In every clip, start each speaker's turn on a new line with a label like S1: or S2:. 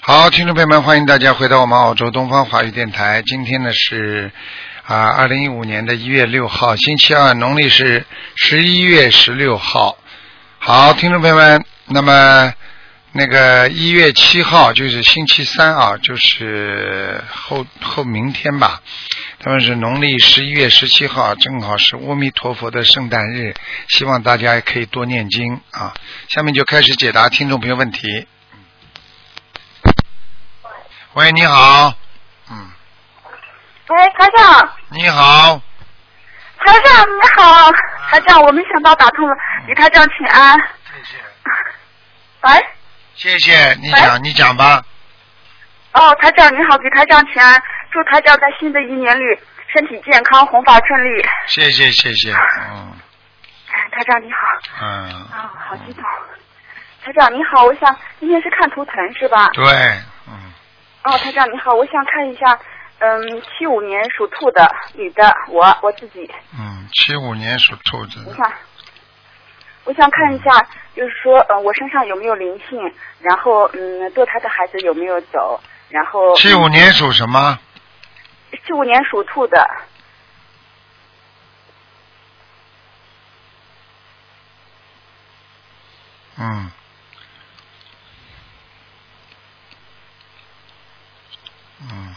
S1: 好，听众朋友们，欢迎大家回到我们澳洲东方华语电台。今天呢是啊，二零一五年的一月六号，星期二，农历是十一月十六号。好，听众朋友们，那么那个一月七号就是星期三啊，就是后后明天吧，他们是农历十一月十七号，正好是阿弥陀佛的圣诞日，希望大家也可以多念经啊。下面就开始解答听众朋友问题。喂，你好，嗯，
S2: 喂，哎台长，
S1: 你好，
S2: 台长你好，台长，我没想到打通了，给台长请安。哎
S1: 谢谢，
S2: 喂，
S1: 谢谢，你讲，你讲吧，
S2: 哦，台长你好，给台长请安，祝台长在新的一年里身体健康，弘法顺利。
S1: 谢谢，谢谢，嗯
S2: 哎，台长你好，
S1: 嗯，
S2: 啊、好激动。台长你好，我想今天是看图腾是吧？
S1: 对，嗯，
S2: 哦，台长你好，我想看一下，嗯，七五年属兔的女的，我我自己，
S1: 嗯，七五年属兔子
S2: 我
S1: 的，
S2: 想，我想看一下，就是说，嗯、我身上有没有灵性？然后，嗯，堕胎的孩子有没有走？然后，嗯
S1: 七五年属什么？
S2: 七五年属兔的，
S1: 嗯，嗯，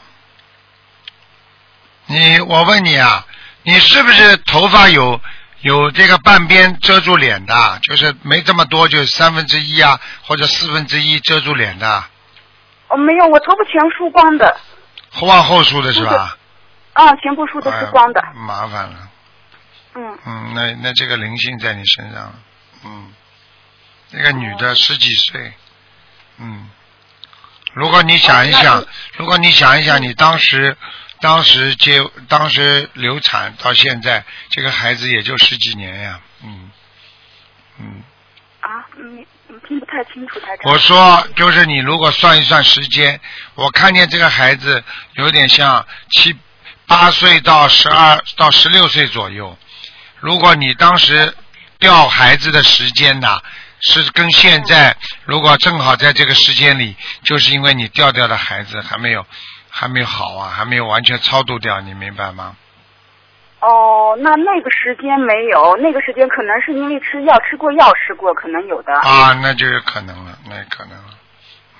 S1: 你，我问你啊，你是不是头发有有这个半边遮住脸的？啊就是没这么多，就是三分之一啊，或者四分之一遮住脸的，啊
S2: 哦，没有，我头发全梳光的，
S1: 往后梳的是吧？
S2: 啊，全部梳的是光的
S1: 哎，麻烦了，
S2: 嗯，
S1: 嗯，那那这个灵性在你身上了，嗯，那个女的十几岁，嗯，如果你想一想，
S2: 哦
S1: 如果你想一想，你当时当时接当时流产到现在，这个孩子也就十几年呀，嗯嗯，
S2: 啊，嗯，嗯听不太清楚，台长
S1: 我，说就是你如果算一算时间，我看见这个孩子有点像七八岁到十二到十六岁左右。如果你当时掉孩子的时间呐、是跟现在如果正好在这个时间里，就是因为你掉掉的孩子还没有还没有好啊，还没有完全超度掉，你明白吗？
S2: 哦，那那个时间没有，那个时间可能是因为吃药，吃过药，吃过，可能有的，
S1: 啊，那就有可能了，那有可能了，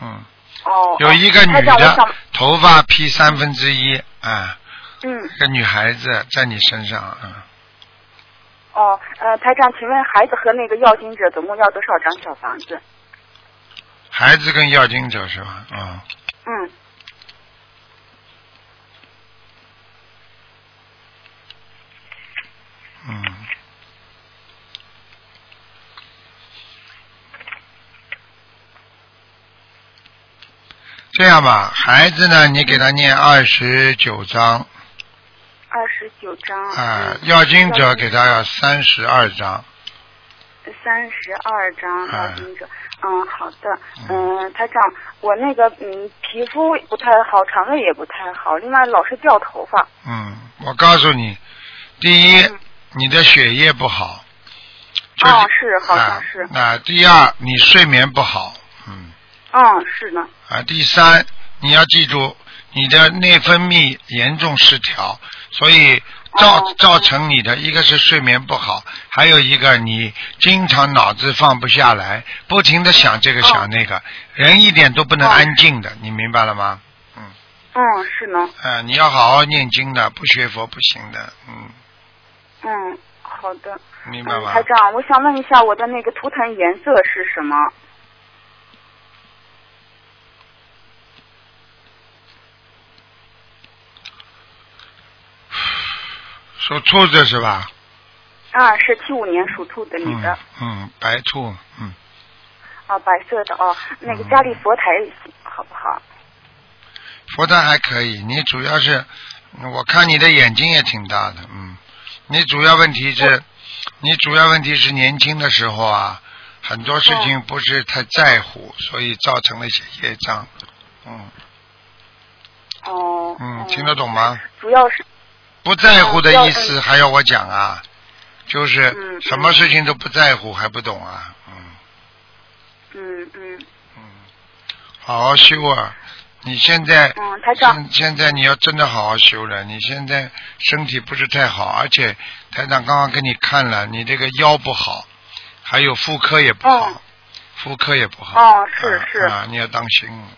S1: 嗯。
S2: 哦，
S1: 有一个
S2: 哦
S1: 女
S2: 台长，我
S1: 的
S2: 想，
S1: 头发披三分之一啊，
S2: 嗯，
S1: 这女孩子在你身上啊，
S2: 哦，呃，台长，请问孩子和那个要经者总共要多少张小房子？
S1: 孩子跟要经者是吧？嗯，
S2: 嗯，
S1: 嗯。这样吧，孩子呢，你给他念二十九章
S2: 二十九张。
S1: 啊
S2: 嗯，
S1: 要经者给他要三十二章，
S2: 三十二张
S1: 哎
S2: 要经者。嗯，好的。嗯，台长，我那个嗯皮肤不太好，肠胃也不太好，另外老是掉头发。
S1: 嗯，我告诉你，第一，你的血液不好，就是、
S2: 嗯哦，是，好像是
S1: 啊。。那第二，你睡眠不好，嗯
S2: 嗯，是呢。
S1: 啊。第三，你要记住，你的内分泌严重失调，所以造
S2: 哦
S1: 造成你的一个是睡眠不好，还有一个你经常脑子放不下来，不停的想这个
S2: 哦
S1: 想那个，人一点都不能
S2: 哦
S1: 安静的，你明白了吗？
S2: 嗯，是呢。
S1: 啊，你要好好念经的，不学佛不行的，嗯，
S2: 嗯，好的。
S1: 明
S2: 嗯
S1: 白，吗
S2: 台？长，我想问一下我的那个图腾颜色是什么？
S1: 属兔子是吧？
S2: 啊，是七五年属兔的女的。
S1: 嗯嗯，白兔，嗯。
S2: 啊，白色的哦，那个家里佛台好不好？
S1: 佛台还可以，你主要是，嗯我看你的眼睛也挺大的，嗯，你主要问题是，你主要问题是年轻的时候啊，很多事情不是太在乎，所以造成了一些业障，嗯
S2: 哦，
S1: 嗯，
S2: 哦
S1: 听得懂吗？
S2: 主要是
S1: 不在乎的意
S2: 嗯
S1: 思还要我讲啊，就是
S2: 嗯
S1: 什么事情都不在乎，还不懂啊，嗯
S2: 嗯嗯
S1: 嗯，好好修啊，你现在，
S2: 嗯，台长，
S1: 现现在你要真的好好修了，你现在身体不是太好，而且台长刚刚给你看了，你这个腰不好，还有妇科也不好，
S2: 嗯
S1: 妇科也不好。
S2: 哦，是
S1: 啊
S2: 是，
S1: 啊，你要当心。嗯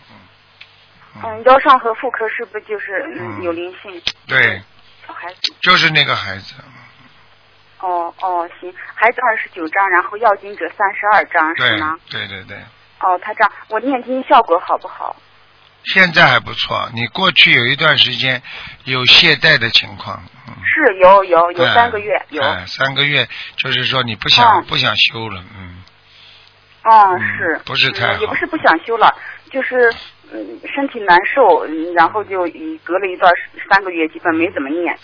S2: 嗯，腰上和妇科是不是就是
S1: 嗯
S2: 嗯有灵性？
S1: 对，
S2: 小孩子。
S1: 就是那个孩子，
S2: 嗯哦哦，行，孩子二十九章，然后要经者三十二章
S1: 对
S2: 是吗？，
S1: 对对对，
S2: 哦，他这样，我念经效果好不好？
S1: 现在还不错。你过去有一段时间有懈怠的情况，嗯，
S2: 是有有有
S1: 哎
S2: 三个月有，
S1: 哎三个月就是说你不想、
S2: 嗯
S1: 不想修了，嗯，
S2: 哦
S1: 嗯
S2: 是，
S1: 不是太
S2: 嗯也
S1: 好
S2: 不是不想修了，就是嗯身体难受，嗯然后就嗯隔了一段时三个月，基本没怎么念。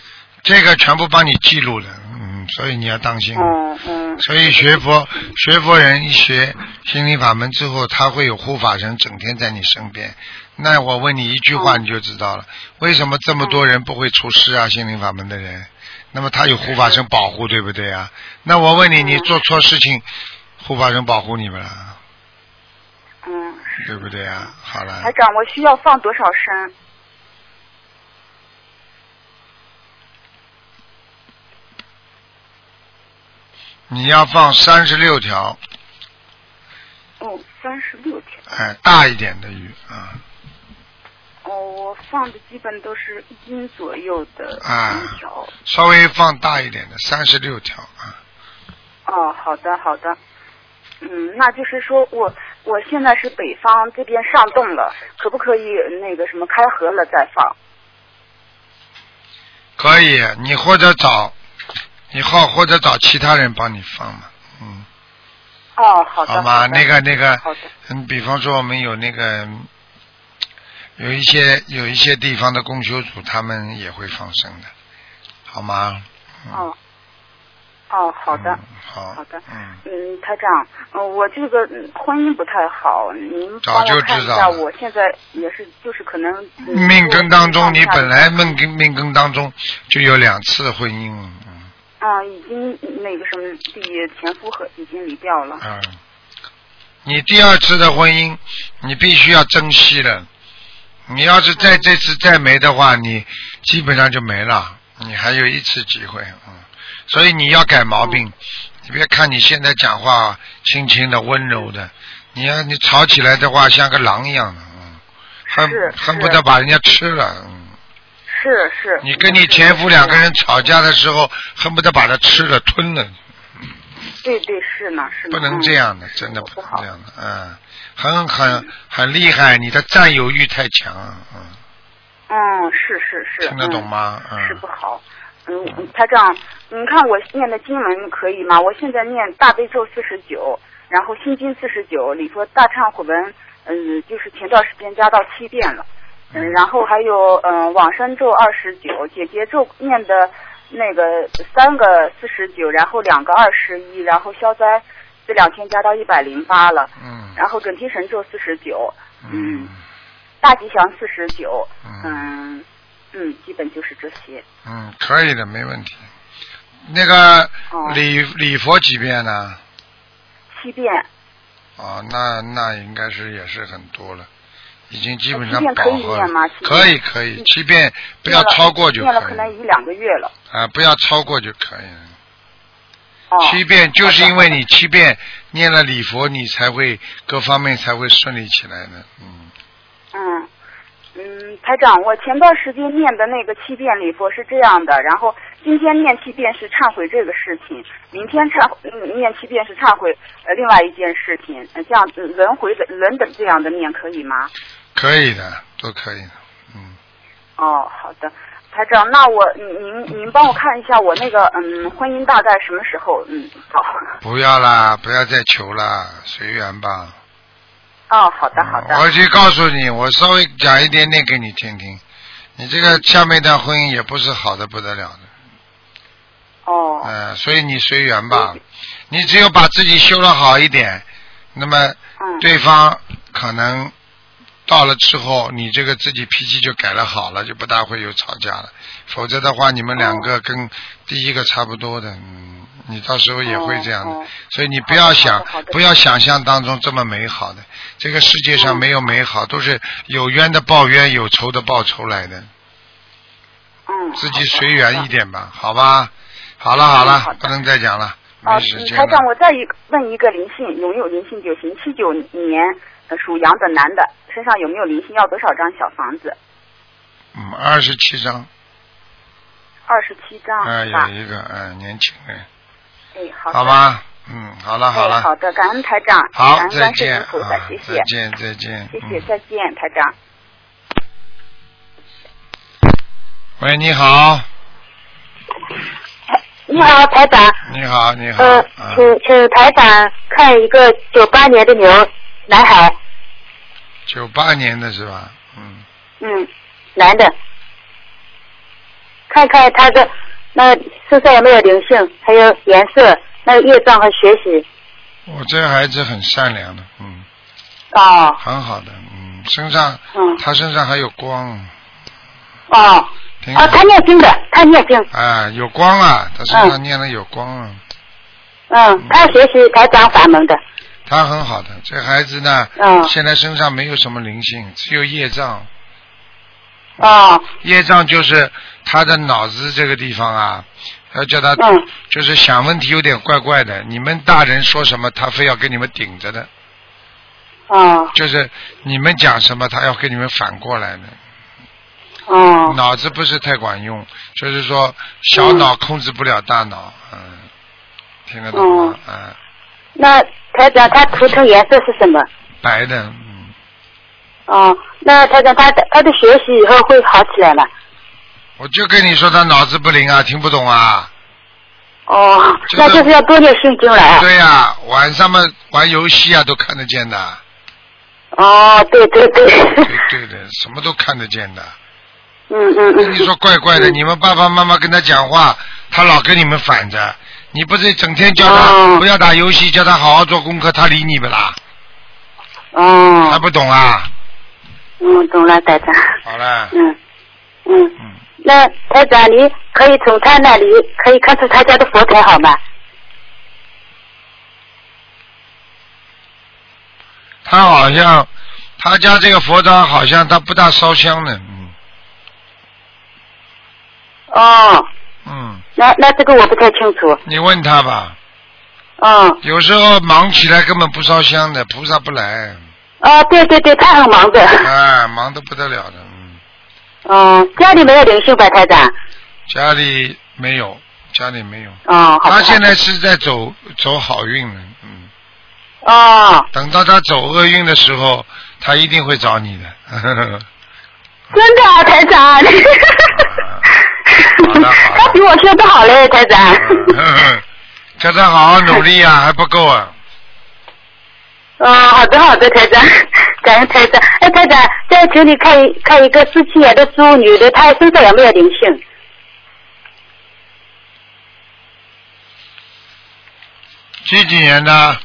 S1: 这个全部帮你记录了，嗯，所以你要当心。
S2: 嗯嗯，
S1: 所以学佛学佛人一学心理法门之后，他会有护法神整天在你身边。那我问你一句话，
S2: 嗯
S1: 你就知道了，为什么这么多人不会出师啊？心灵法门的人，那么他有护法神保护，对不对啊？那我问你，
S2: 嗯
S1: 你做错事情，护法神保护你们了，
S2: 嗯，
S1: 对不对啊？好了
S2: 台，长，我需要放多少声？
S1: 你要放三十六条，
S2: 哦，三十六天。
S1: 哎，大一点的鱼啊，
S2: 哦，我放的基本都是一斤左右的
S1: 啊
S2: 一条。
S1: 稍微放大一点的，三十六条啊。
S2: 哦，好的好的，嗯，那就是说我我现在是北方这边上冻了，可不可以那个什么开合了再放？
S1: 可以，你或者找，以后或者找其他人帮你放嘛，嗯，
S2: 哦，好的，
S1: 好吗？
S2: 的
S1: 那个那个，
S2: 好的，
S1: 嗯，比方说我们有那个，嗯有一些有一些地方的供修组，他们也会放生的，好吗？嗯、
S2: 哦，哦，好的。
S1: 嗯好，
S2: 好的
S1: 嗯，
S2: 嗯，台长，呃，我这个嗯婚姻不太好，您
S1: 早
S2: 帮
S1: 就
S2: 我看
S1: 知
S2: 一
S1: 道
S2: 下，
S1: 了
S2: 我现在也是，就是可能嗯
S1: 命根当中你本来命
S2: 做
S1: 根命根当中就有两次婚姻了，嗯
S2: 啊、已经那个什么，比前夫和已经离掉了。
S1: 嗯，你第二次的婚姻，你必须要珍惜了。你要是在这次再没的话，你基本上就没了，你还有一次机会，嗯，所以你要改毛病，你别看你现在讲话轻轻的、温柔的，你要你吵起来的话，像个狼一样的，嗯，恨
S2: 是是
S1: 恨不得把人家吃了，嗯，
S2: 是是。
S1: 你跟
S2: 是
S1: 你前夫两个。
S2: 是
S1: 人吵架的时候，恨不得把他吃了、吞了，
S2: 对对是呢是呢。
S1: 不能
S2: 嗯
S1: 这样的，真的
S2: 不
S1: 不能
S2: 好
S1: 这样的，嗯，很很很厉害，你的占有欲太强，嗯，
S2: 嗯，是是是，
S1: 听得懂吗？
S2: 嗯？是不
S1: 嗯，
S2: 好。嗯，他这样，你看我念的经文可以吗？我现在念大悲咒四十九，然后心经四十九，礼佛大忏悔文，嗯，就是前段时间加到七遍了。嗯，然后还有嗯往生咒二十九，姐姐咒念的那个三个四十九，然后两个二十一，然后消灾这两天加到一百零八了，
S1: 嗯
S2: 然后准提神咒四十九，
S1: 嗯
S2: 大吉祥四十九，
S1: 嗯
S2: 嗯，嗯，基本就是这些。
S1: 嗯，可以的，没问题。那个
S2: 哦，
S1: 礼礼佛几遍呢？
S2: 七遍，
S1: 哦，那那应该是也是很多了，已经基本
S2: 呃
S1: 上
S2: 七遍
S1: 饱
S2: 可以
S1: 和
S2: 念吗
S1: 了
S2: 七。遍
S1: 可以可以，七遍不要
S2: 念了
S1: 超过就
S2: 念了
S1: 可
S2: 可
S1: 以
S2: 能一两个月了。
S1: 啊，不要超过就可以了。
S2: 哦，
S1: 七遍就是因为
S2: 好的
S1: 你七遍念了礼佛，你才会各方面才会顺利起来的。嗯，
S2: 嗯。嗯，台长，我前段时间念的那个七遍礼佛是这样的，然后今天念七遍是忏悔这个事情，明天忏嗯念七遍是忏悔呃另外一件事情，呃这样子轮回的轮的这样的念可以吗？
S1: 可以的，都可以的。嗯，
S2: 哦，好的，台长，那我您您您帮我看一下我那个嗯婚姻大概什么时候嗯好？
S1: 不要啦，不要再求啦，随缘吧。嗯
S2: 哦，好的好的。
S1: 我去告诉你，我稍微讲一点点给你听听。你这个下面一段婚姻也不是好的不得了的，
S2: 哦，
S1: 嗯、所以你随缘吧。你只有把自己修得好一点，那么
S2: 嗯，
S1: 对方可能到了之后，你这个自己脾气就改了好了，就不大会有吵架了。否则的话，你们两个跟第一个差不多的，嗯，你到时候也会这样的。
S2: 哦哦
S1: 所以你不要想
S2: 好的好的，
S1: 不要想象当中这么美好的。这个世界上
S2: 嗯
S1: 没有美好，都是有冤的报冤，有仇的报仇来的。
S2: 嗯，
S1: 自己
S2: 好的
S1: 随缘一。
S2: 好的
S1: 点吧，好吧？好了好
S2: 好
S1: 了
S2: 的，
S1: 不能再讲了，
S2: 啊，
S1: 没时
S2: 嗯
S1: 间
S2: 台
S1: 了
S2: 长，。我再一个问一个灵性，有没有灵性就行？七九年呃属羊的男的身上有没有灵性？要多少张小房子？
S1: 嗯，二十七章，
S2: 二十七张
S1: 哎，
S2: 是吧
S1: 有？一个，嗯，年轻人，
S2: 哎，好的
S1: 好？吧？嗯，好了好
S2: 哎，
S1: 了，
S2: 好的，感恩台长，感
S1: 好，
S2: 恩
S1: 再
S2: 观世音
S1: 见
S2: 菩萨
S1: 啊，，
S2: 谢
S1: 再
S2: 谢，
S1: 见再见，
S2: 谢谢，
S1: 嗯
S2: 再见，台长。
S1: 喂，你好，
S3: 你好，台长。
S1: 你好，你好，
S3: 呃，
S1: 啊
S3: 请请台长看一个九八年的牛男孩，
S1: 九八年的是吧？嗯，
S3: 嗯，男的，看看他的那身上有没有灵性，还有颜色，那个业障和学习。
S1: 我这个孩子很善良的，嗯，
S3: 哦，
S1: 很好的，嗯，身上
S3: 嗯，
S1: 他身上还有光，
S3: 哦，啊，
S1: 挺好，
S3: 他念经的，他念经，
S1: 啊，有光啊，他身上
S3: 嗯
S1: 念了有光啊，
S3: 嗯，他学习台长法门的，
S1: 他很好的，这孩子呢，
S3: 嗯，
S1: 现在身上没有什么灵性，只有业障。
S3: 哦，
S1: 业障就是他的脑子这个地方啊，要叫他
S3: 嗯，
S1: 就是想问题有点怪怪的。你们大人说什么，他非要跟你们顶着的；
S3: 哦，
S1: 就是你们讲什么，他要跟你们反过来的。
S3: 哦，
S1: 脑子不是太管用，就是说小脑控制不了大脑。嗯，听得懂
S3: 哦
S1: 吗？嗯，
S3: 那台长他图腾颜色是什么？
S1: 白的，嗯，
S3: 哦，那台长他的他的学习以后会好起来吗？
S1: 我就跟你说他脑子不灵啊，听不懂啊。
S3: 哦，
S1: 这个
S3: 那就是要多念心经了啊。
S1: 对呀、晚上嘛玩游戏啊都看得见的，
S3: 哦，对对对。
S1: 对对的，什么都看得见的。
S3: 嗯嗯
S1: 跟
S3: 嗯。
S1: 你说怪怪的，
S3: 嗯
S1: 你们爸爸妈妈跟他讲话，他老跟你们反着。你不是整天叫他
S3: 哦
S1: 不要打游戏，叫他好好做功课，他理你不啦？还
S3: 哦，
S1: 不懂啊？
S3: 嗯，懂了，台长。
S1: 好了，
S3: 嗯嗯，
S1: 嗯，
S3: 那台长，你可以从他那里可以看出他家的佛台好吗？
S1: 他好像他家这个佛堂好像他不大烧香呢，嗯
S3: 哦，
S1: 嗯，
S3: 那那这个我不太清楚。
S1: 你问他吧，
S3: 哦
S1: 有时候忙起来根本不烧香的，菩萨不来，
S3: 哦，对对对，他很忙的。
S1: 哎，忙得不得了的，嗯。
S3: 哦，家里没有灵性吧，台长？
S1: 家里没有，家里没有。
S3: 哦，好的。
S1: 他现在是在走走好运呢，嗯，
S3: 哦，
S1: 等到他走厄运的时候，他一定会找你的。
S3: 真的啊，台长。
S1: 好的嗯好的
S3: 他比我修的好嘞，台长。
S1: 叫他好好努力啊，还不够啊。
S3: 哦，好的好的，台长，感恩台长。哎，台长，再请你看一看一个四七年的猪女的，她身上有没有灵性？
S1: 几几年的？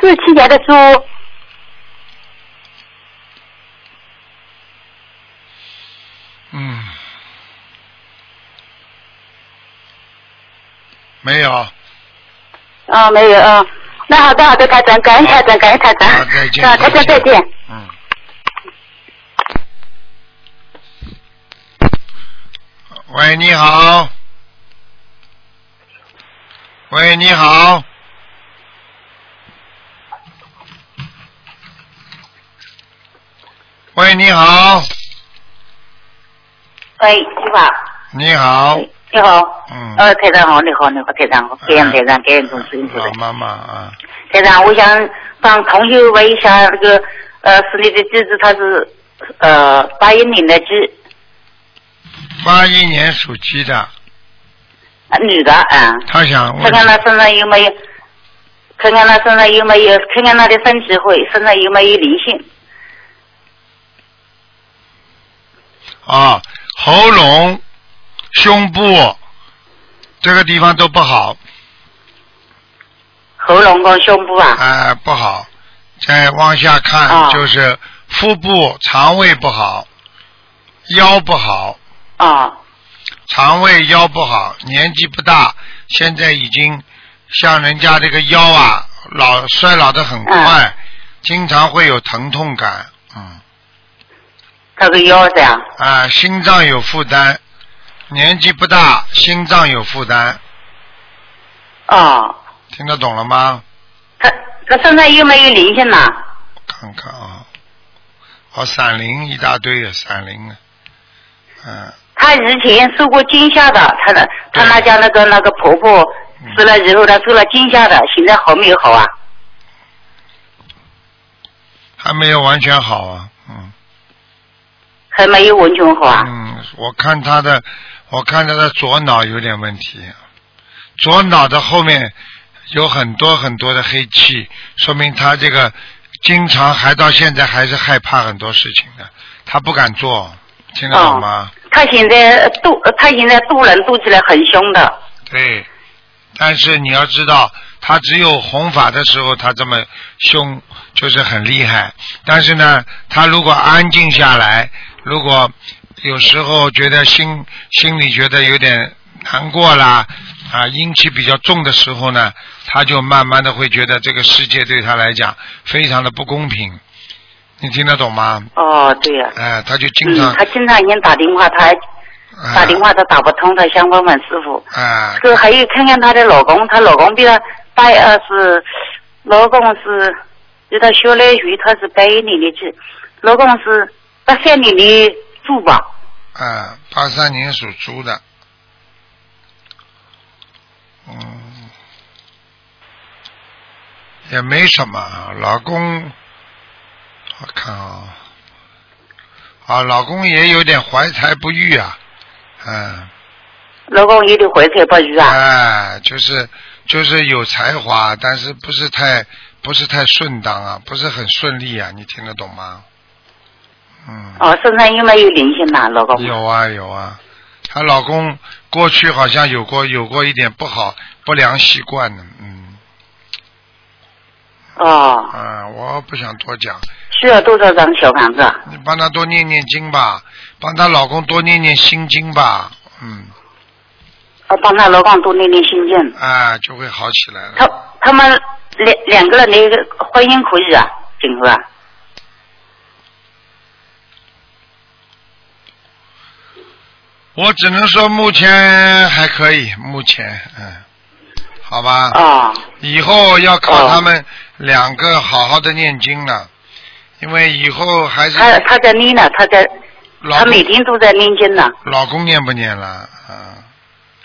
S3: 四七年的猪，
S1: 嗯，没有。
S3: 哦，没有，哦。那好的好的，台长，感恩台长，感恩台长。
S1: 好，再见。
S3: 啊，台长再见。。
S1: 嗯。喂，你好。喂，你好。喂，你好，
S4: 喂，师傅啊，
S1: 你好，
S4: 你好。
S3: 哎
S1: 嗯，
S4: 呃，台长好，你好，你好，台长好，感恩台长，感恩总司令台
S1: 老
S4: 长。
S1: 妈妈啊，
S4: 台长，我想帮同学问一下那个呃，是你的侄子，他是呃八一年的鸡，
S1: 八一年属鸡的，
S4: 啊女的啊，
S1: 她想
S4: 看
S1: 问，
S4: 看他身上有没有，看看他身上有没有，看看他的身体会身上有没有灵性。
S1: 啊，喉咙、胸部这个地方都不好，
S4: 喉咙跟胸部啊，
S1: 哎、不好。再往下看、
S4: 哦
S1: 就是腹部、肠胃不好，腰不好，
S3: 啊
S1: 肠胃腰不好，年纪不大，现在已经像人家这个腰啊，老衰老的很快，经常会有疼痛感，嗯，
S3: 他个腰噻，
S1: 啊，心脏有负担，年纪不大，心脏有负担，
S3: 啊，
S1: 听得懂了吗？
S3: 他他身上有没有灵性呐？
S1: 看看啊，哦，闪灵一大堆啊，闪灵啊，嗯，
S3: 她以前受过惊吓的，她的她那家那个那个婆婆死了以后，她受了惊吓的，现在好没有好啊？
S1: 还没有完全好啊，嗯。
S3: 还没有完全好啊？
S1: 嗯，我看他的，我看他的左脑有点问题，左脑的后面有很多很多的黑气，说明他这个经常还到现在还是害怕很多事情的，他不敢做，听得懂吗？
S3: 她现在渡她现在渡人渡起来很凶的，
S1: 对，但是你要知道，他只有弘法的时候他这么凶，就是很厉害。但是呢，他如果安静下来，如果有时候觉得心心里觉得有点难过啦，啊，阴气比较重的时候呢，他就慢慢的会觉得这个世界对他来讲非常的不公平。你听得懂吗？
S3: 哦，对呀、
S1: 哎、他就经常
S3: 嗯，他经常人打电话，他
S1: 哎
S3: 打电话嗯他打不通，他想问问师傅。
S1: 哎
S3: 这个还有看看她的老公，她老公呃比她八二是，老公是，就她小来学，她是八一年的去，老公是八三年的猪吧，
S1: 啊，八三年属猪的。嗯，也没什么啊，老公，我看啊、啊，老公也有点怀才不遇啊，嗯，
S3: 老公有点怀才不遇啊，
S1: 哎，就是就是有才华，但是不是太不是太顺当啊，不是很顺利啊，你听得懂吗？嗯。
S3: 哦，身上有没有灵性呐，老公？
S1: 有啊有啊，她老公过去好像有过有过一点不好不良习惯呢，嗯
S3: 哦，
S1: 啊，我不想多讲，
S3: 需要多少张小房子啊？
S1: 你帮她多念念经吧，帮她老公多念念心经吧，嗯
S3: 我帮她老公多练练心经。
S1: 啊就会好起来了。
S3: 他他们两两个人的婚姻可以啊，今后啊，
S1: 我只能说目前还可以，目前嗯，好吧，
S3: 哦，
S1: 以后要靠
S3: 哦
S1: 他们两个好好的念经了，因为以后还是
S3: 他他在念呢，他在
S1: 老
S3: 他每
S1: 公
S3: 天都在念经呢。
S1: 老公念不念了，嗯。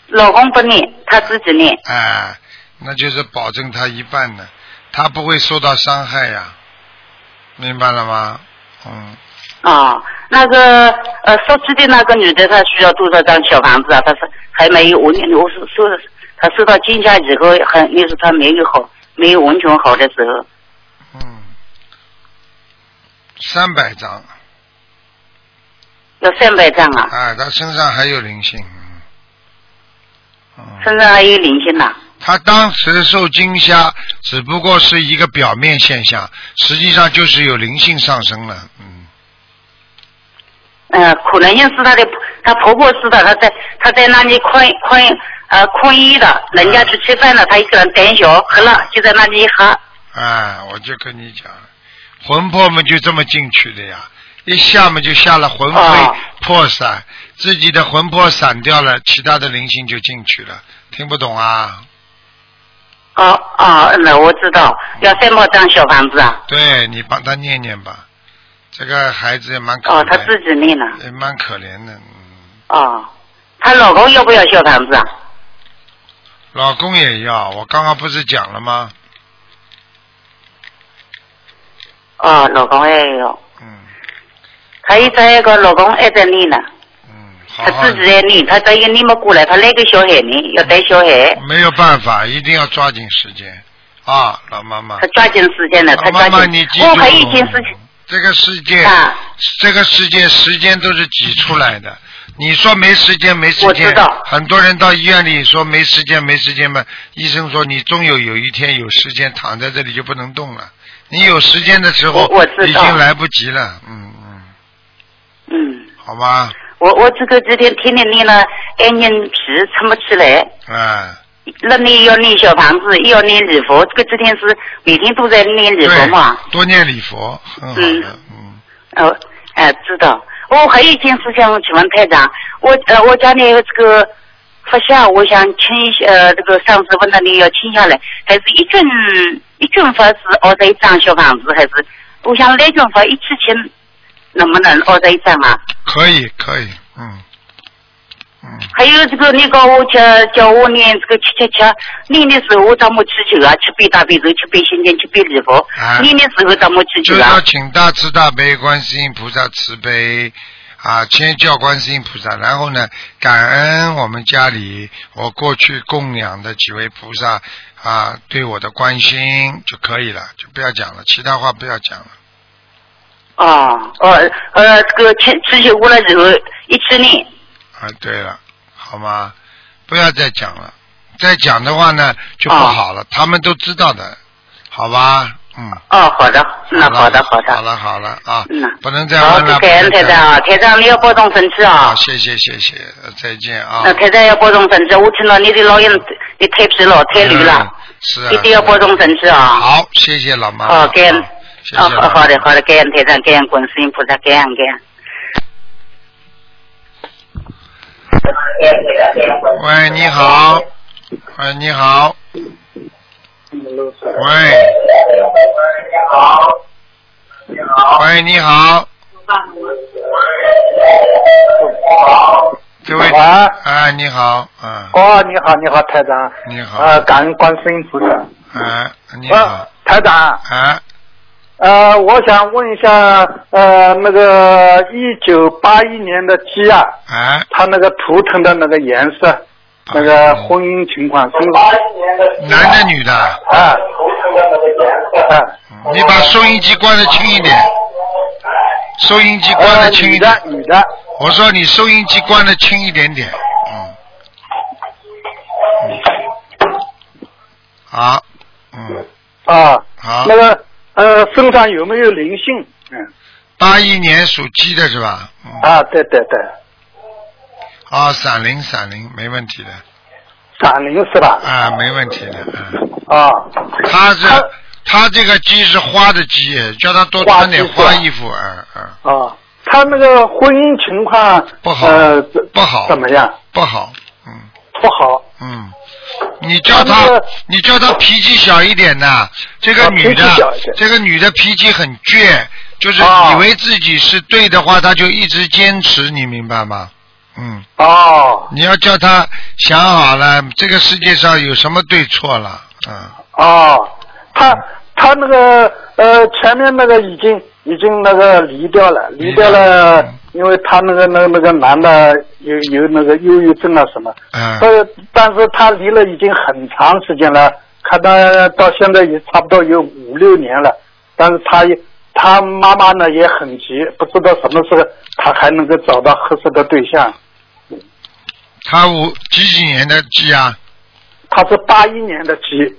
S3: 老公不念，他自己念。
S1: 哎，那就是保证他一半的，他不会受到伤害呀、明白了吗？嗯，
S3: 啊、那个呃，手机的那个女的，她需要多少张小房子啊？她是还没有，我我是说，她受到惊吓以后，很那时候她没有好，没有完全好的时候，
S1: 嗯，三百张，
S3: 要三百张啊，
S1: 哎，他身上还有灵性，嗯，嗯，
S3: 身上还有灵性呐、
S1: 他当时受惊吓，只不过是一个表面现象，实际上就是有灵性上升了，嗯，
S3: 嗯、可能性是她的，她婆婆是的，她在她在那里困困呃困医的，人家去吃饭了，她一个人胆小，喝了就在那里喝。
S1: 哎，我就跟你讲，魂魄们就这么进去的呀，一下嘛就下了魂飞
S3: 哦
S1: 魄散，自己的魂魄散掉了，其他的灵性就进去了，听不懂啊？
S3: 哦哦，那我知道，要三百张小房子啊。
S1: 对你帮他念念吧，这个孩子也蛮可
S3: 哦，她
S1: 怜，
S3: 自己念呢。
S1: 也蛮可怜的，嗯，
S3: 哦，她老公要不要小房子啊？
S1: 老公也要，我刚刚不是讲了吗？
S3: 哦，老公也要。
S1: 嗯
S3: 还有这一个老公还在念呢，
S1: 嗯，好
S3: 他
S1: 好
S3: 自己在念，他这一念没过来，他那个小孩呢，要带小孩，
S1: 没有办法，一定要抓紧时间啊，老妈妈
S3: 他，抓紧时间了，他
S1: 老妈
S3: 抓紧。
S1: 妈你记住，
S3: 哦，还有一件事情
S1: 这个世界。
S3: 啊，
S1: 这个世界时间都是挤出来的。你说没时间没时
S3: 我
S1: 间
S3: 知道，
S1: 很多人到医院里说没时间没时间嘛，医生说你终有有一天有时间躺在这里就不能动了，你有时间的时候
S3: 我我知道
S1: 已经来不及了，嗯嗯，
S3: 嗯，
S1: 好吧，
S3: 我我这个这天天的练了，爱念皮撑不起来，
S1: 啊，
S3: 那你要念小房子，又要念礼佛，这个这天是每天都在念礼佛嘛。
S1: 对，多念礼佛，很好的，嗯，
S3: 哦，哎、知道。哦，还有一件事想请问台长，我呃，我家里有这个发下，我想清一下，呃，这个上次问到你要清下来，还是一卷一卷法是熬在一张小房子，还是我想两卷法一起清，能不能熬在一张啊？
S1: 可以可以，嗯嗯，
S3: 还有这个那个我叫叫我念这个七七七，念的时候咱们祈求啊，七遍大悲咒，七遍心经，七遍礼佛
S1: 啊，
S3: 念的时候咱们祈
S1: 就
S3: 求
S1: 是
S3: 啊
S1: 要。请大慈大悲观世音菩萨慈悲啊，先叫观世音菩萨，然后呢，感恩我们家里我过去供养的几位菩萨啊对我的关心就可以了，就不要讲了，其他话不要讲了。
S3: 哦，呃呃，这个祈祈求过了之后一起念。
S1: 啊，对了，好吗？不要再讲了，再讲的话呢就不好了，他们都知道的，好吧？嗯，
S3: 哦，好的，那好的，好
S1: 好
S3: 的，
S1: 好了好了啊
S3: 嗯呐，
S1: 不能再
S3: 好
S1: 问了，，不
S3: 感
S1: 能
S3: 恩
S1: 再
S3: 台长
S1: 问了
S3: 啊，台长你要保重身体啊
S1: 好，。谢谢谢谢，呃再见啊。
S3: 那台长要保重身体，我听到你的老人你太疲劳、太累了
S1: 嗯，是啊，
S3: 一定要保重身体啊。
S1: 好，谢谢老妈妈。
S3: 好感恩
S1: 啊谢谢
S3: 哦，
S1: 老妈
S3: 好
S1: 妈
S3: 好的，好的，感恩台长，感恩观世音菩萨，感恩感恩。
S1: 喂，你好。喂，你好。喂。喂，你好。这位
S5: 喂，
S1: 哎，你好，啊，
S5: 啊哦，你好，你好，台长。
S1: 你好
S5: 呃，感恩观世音菩萨。
S1: 哎，你好
S5: 呃，，台长，
S1: 哎，
S5: 呃，我想问一下，呃，那个一九八一年的鸡啊，
S1: 哎，
S5: 它那个图腾的那个颜色，那个婚姻情况，身高
S1: 男的女的，
S5: 啊，啊，
S1: 你把收音机关的轻一点，收音机关
S5: 呃
S1: 的轻
S5: 女
S1: 一
S5: 的
S1: 点，，
S5: 女的，
S1: 我说你收音机关的轻一点点，嗯，嗯好，嗯，
S5: 啊，
S1: 好
S5: 那，个呃，身上有没有灵性？嗯，
S1: 八一年属鸡的是吧？嗯，
S5: 啊，对对对，
S1: 啊，闪灵闪灵，没问题的，
S5: 闪灵是吧？
S1: 啊，没问题的，啊，
S5: 啊，
S1: 他是
S5: 他
S1: 他这个鸡是花的鸡，叫他多穿点花衣服，啊啊，
S5: 啊，他那个婚姻情况
S1: 不好
S5: 呃，怎
S1: 不好
S5: 怎么样？
S1: 不好，嗯
S5: 不好，
S1: 嗯，你叫
S5: 他那
S1: 他
S5: 个
S1: 你叫他脾气小一点呐，这个
S5: 啊
S1: 女
S5: 脾气小
S1: 的
S5: 一点
S1: 这个女的脾气很倔，就是
S5: 哦
S1: 以为自己是对的话，她就一直坚持，你明白吗？嗯。
S5: 哦
S1: 你要叫他想好了，这个世界上有什么对错了？啊、
S5: 哦，他他那个呃前面那个已经已经那个离掉了，离掉了
S1: 嗯，
S5: 因为他那个那个那个男的有有那个忧郁症啊什么，
S1: 嗯，
S5: 呃，但是他离了已经很长时间了，看他到现在也差不多有五六年了，但是他也。他妈妈呢也很急，不知道什么时候他还能够找到合适的对象。
S1: 他五几几年的鸡啊？
S5: 他是八一年的鸡，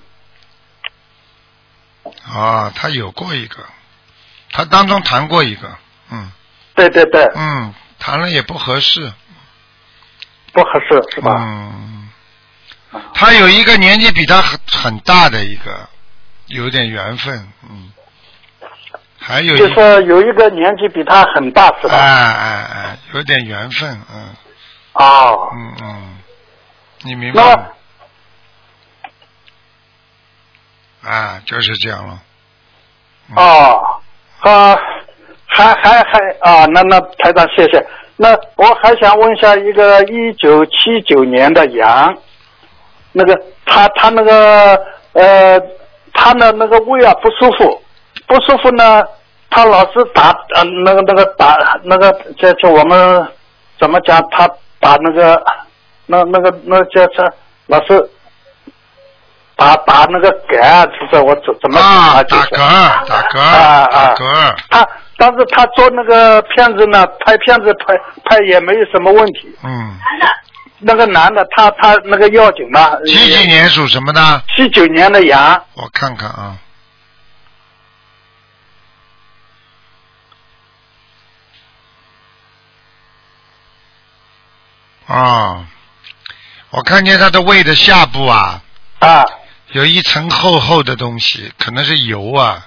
S1: 哦，他有过一个，他当中谈过一个，嗯
S5: 对对对，
S1: 嗯，谈了也不合适，
S5: 不合适是吧？
S1: 嗯，他有一个年纪比他很很大的一个，有点缘分，嗯，还有
S5: 就
S1: 一个，
S5: 是有一个年纪比他很大
S1: 哎
S5: 是吧？
S1: 哎哎，有点缘分，嗯
S5: 哦，
S1: 嗯嗯，你明白吗
S5: 那么？
S1: 啊，就是这样了。嗯
S5: 哦，啊，还还还啊，那那台长谢谢。那我还想问一下，一个一九七九年的羊，那个他他那个呃，他的那个胃啊不舒服，不舒服呢，他老是打呃那个那个打那个叫叫我们怎么讲？他打那个那那个那个叫叫老是打打那个嗝啊，就是我怎怎么
S1: 啊，
S5: 就
S1: 打
S5: 是
S1: 嗝儿，打嗝儿，
S5: 啊
S1: 打
S5: 啊
S1: 嗝儿，
S5: 他但是他做那个片子呢，拍片子拍拍也没有什么问题。
S1: 嗯，
S5: 那个男的，他他那个要紧嘛，呃
S1: 几几年属什么的？
S5: 七九年的羊，
S1: 我看看啊，啊，我看见他的胃的下部啊，
S5: 啊，
S1: 有一层厚厚的东西，可能是油啊。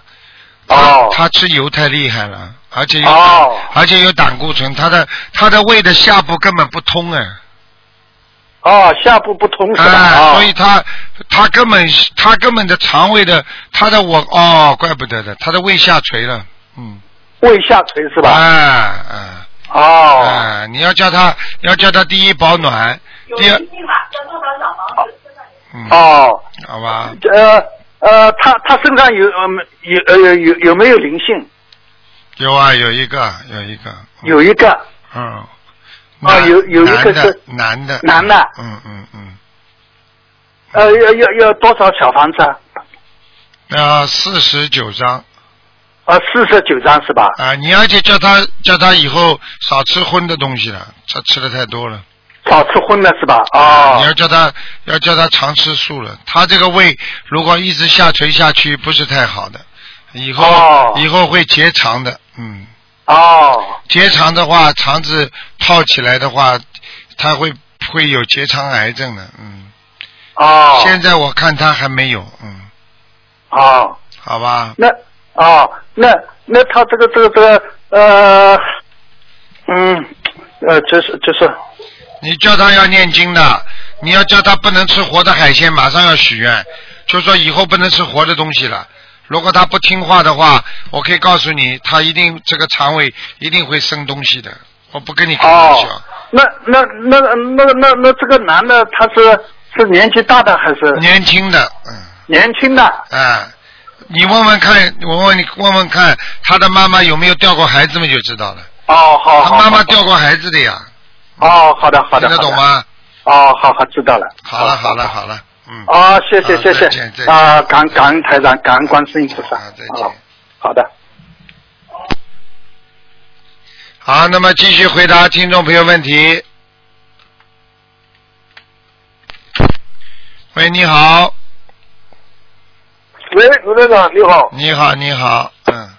S5: 哦
S1: 他吃油太厉害了，而且有、
S5: 哦
S1: 而且有胆固醇，他的他的胃的下部根本不通啊，
S5: 哦，下部不 通是吧？
S1: 哎，
S5: 啊，
S1: 所以他他根本他根本的肠胃的他的我哦，怪不得的，他的胃下垂了，嗯，
S5: 胃下垂是
S1: 哎
S5: 吧？
S1: 哎
S5: 哦，
S1: 哎，你要叫他要叫他第一保暖，第二嗯
S5: 哦，
S1: 好吧，
S5: 呃呃，他他身上有呃有呃有有没有灵性？
S1: 有啊，有一个有一个，嗯
S5: 有一个
S1: 嗯，男
S5: 哦有有一个
S1: 男的
S5: 是
S1: 男的
S5: 男的
S1: 嗯嗯嗯，
S5: 呃要要要多少小房子啊？
S1: 那四十九章。
S5: 呃，四十九张是吧？
S1: 啊，你而且叫他叫他以后少吃荤的东西了，他吃的太多了。
S5: 少吃荤了是吧？
S1: 啊你
S5: 哦
S1: 要叫他要叫他常吃素了。他这个胃如果一直下垂下去，不是太好的，以后、
S5: 哦
S1: 以后会结肠的。嗯，
S5: 哦
S1: 结肠的话，肠子泡起来的话，他会会有结肠癌症的。嗯，
S5: 哦
S1: 现在我看他还没有。嗯，
S5: 哦，
S1: 好吧。
S5: 那哦，那那他这个这个这个呃，嗯，呃，就是就是
S1: 你叫他要念经的，你要叫他不能吃活的海鲜，马上要许愿，就说以后不能吃活的东西了。如果他不听话的话，我可以告诉你，他一定这个肠胃一定会生东西的。我不跟你开玩
S5: 哦
S1: 笑，，
S5: 那那那那那那这个男的他是是年纪大的还是
S1: 年轻的，嗯，
S5: 年轻的？
S1: 哎，你问问看，我问你问问看，他的妈妈有没有掉过孩子们就知道了。
S5: 哦，
S1: 他
S5: 好好，好
S1: 妈妈
S5: 好
S1: 掉过孩子的呀，
S5: 哦，好的好
S1: 听
S5: 的，
S1: 得
S5: 好的
S1: 懂？吗？
S5: 哦，好好知道了。
S1: 好了好了好了，嗯，
S5: 哦，谢谢
S1: 好
S5: 谢
S1: 再见再
S5: 谢
S1: 见
S5: 啊，感感恩台长，感恩观世音菩萨。
S1: 好再见
S5: 哦好的。
S1: 好，那么继续回答听众朋友问题。喂，你好，
S5: 喂，卢台长你好。
S1: 你好，你好，嗯，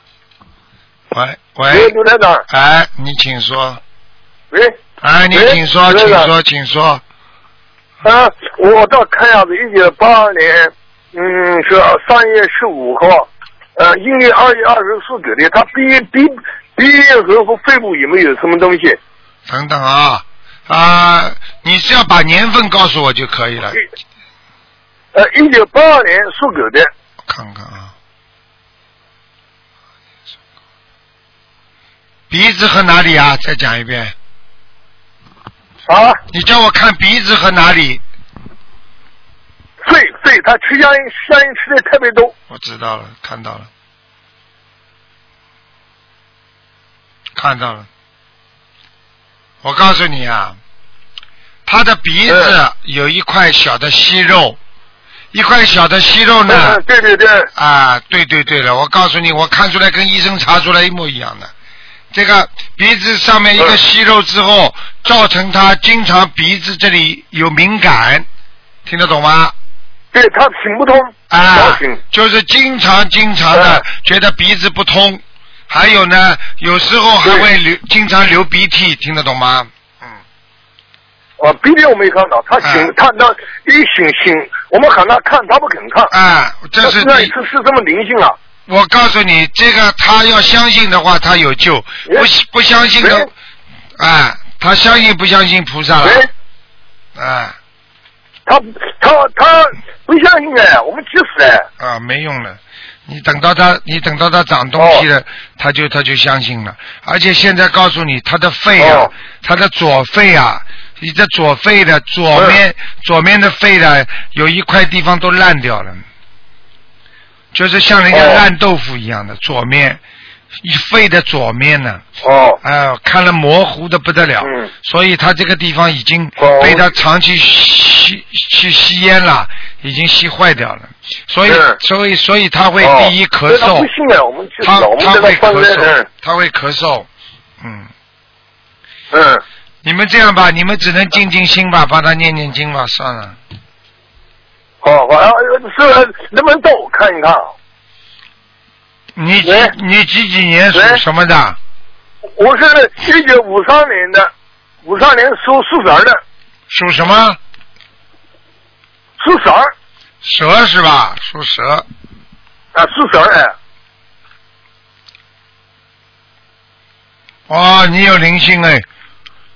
S1: 喂喂，
S5: 卢台长，
S1: 哎，你请说，
S5: 喂。
S1: 哎，你
S5: 喂
S1: 请说，
S5: 卢
S1: 请
S5: 台长
S1: 说，请说，
S5: 啊，我啊到 看样子一九八二年，嗯，是三月十五号，呃，阴历二月二十四给的。他鼻鼻鼻咽喉和肺部有没有什么东西？
S1: 等等啊啊，你只要把年份告诉我就可以了，
S5: 呃，一九八二年属狗的，
S1: 看看啊，鼻子和哪里啊？再讲一遍，
S5: 啊，
S1: 你叫我看鼻子和哪里？
S5: 肺肺，他吃香香烟吃的特别多。
S1: 我知道了，看到了，看到了。我告诉你啊，他的鼻子
S5: 嗯
S1: 有一块小的息肉，一块小的息肉呢，
S5: 嗯，对对对，
S1: 啊，对对对了，我告诉你，我看出来跟医生查出来一模一样的。这个鼻子上面一个
S5: 嗯
S1: 息肉之后，造成他经常鼻子这里有敏感，听得懂吗？
S5: 对他挺不通，
S1: 啊
S5: 挺，
S1: 就是经常经常的
S5: 嗯
S1: 觉得鼻子不通，还有呢，有时候还会流，经常流鼻涕，听得懂吗？
S5: 啊，鼻涕我没看到，他醒
S1: 嗯
S5: 他那一醒醒，我们喊他看，他不肯看。
S1: 啊，这是
S5: 那那
S1: 第
S5: 是是这么灵性啊？
S1: 我告诉你，这个他要相信的话，他有救；不
S5: 喂
S1: 不相信的
S5: 喂，
S1: 啊，他相信不相信菩萨
S5: 喂
S1: 了？。啊
S5: 哎他他他不相信哎，我们急死哎。
S1: 啊，没用了。你等到他，你等到他长东西
S5: 哦
S1: 了，他就他就相信了。而且现在告诉你，他的肺啊，
S5: 哦
S1: 他的左肺啊，你的左肺的左
S5: 嗯
S1: 面、左面的肺呢，有一块地方都烂掉了，就是像人家
S5: 哦
S1: 烂豆腐一样的、左面，肺的左面呢，
S5: 哦
S1: 哎、呦，看了模糊的不得了，
S5: 嗯
S1: 所以他这个地方已经
S5: 哦
S1: 被他长期吸去吸烟了，已经吸坏掉了，所以
S5: 是
S1: 所以所以他会
S5: 嗯哦，
S1: 第一咳
S5: 那他
S1: 嗽
S5: 不，信哎，我们急死
S1: 他
S5: 了，我们
S1: 他
S5: 在嗯
S1: 会
S5: 那放
S1: 咳嗽
S5: 着，，
S1: 他会咳嗽，嗯，
S5: 嗯嗯，
S1: 你们这样吧，你们只能静静心吧，帮他念念经吧，算了，
S5: 好，好，啊是能不能到我看一看啊？
S1: 你几
S5: 喂
S1: 你几几年属
S5: 喂
S1: 什么的？
S5: 我是一九五三年的，五三年属属蛇的，
S1: 属什么？
S6: 属蛇儿
S1: 蛇是吧？属蛇。
S6: 啊，属蛇儿哎，
S1: 哦，你有灵性哎，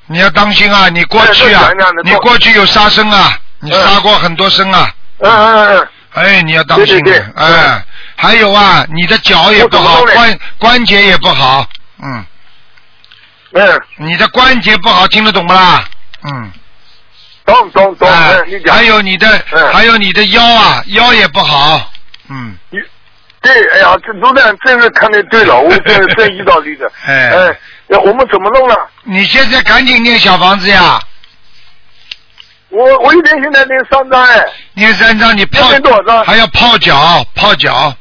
S1: 你要当心啊！你过去啊
S6: 哎这讲讲的，
S1: 你过去有杀生啊，你杀过很多生啊，
S6: 嗯嗯嗯嗯，
S1: 哎，你要当心
S6: 对对
S1: 的
S6: 对，
S1: 哎，还有啊，你的脚也不好，
S6: 我懂了
S1: 关关节也不好，嗯，
S6: 嗯，
S1: 你的关节不好，听得懂不啦？嗯，
S6: 懂懂懂，
S1: 哎
S6: 嗯，你，讲
S1: 还，有你的，
S6: 嗯
S1: 还有你的腰啊，腰也不好，嗯，
S6: 对，哎呀，这卢站真是看的对了，我这这遇到你的，
S1: 哎
S6: 哎，那我们怎么弄了？
S1: 你现在赶紧念小房子呀，
S6: 我我一天现在那三张哎，
S1: 念三张，你泡
S6: 要念多啊少张
S1: 还要泡脚，泡脚，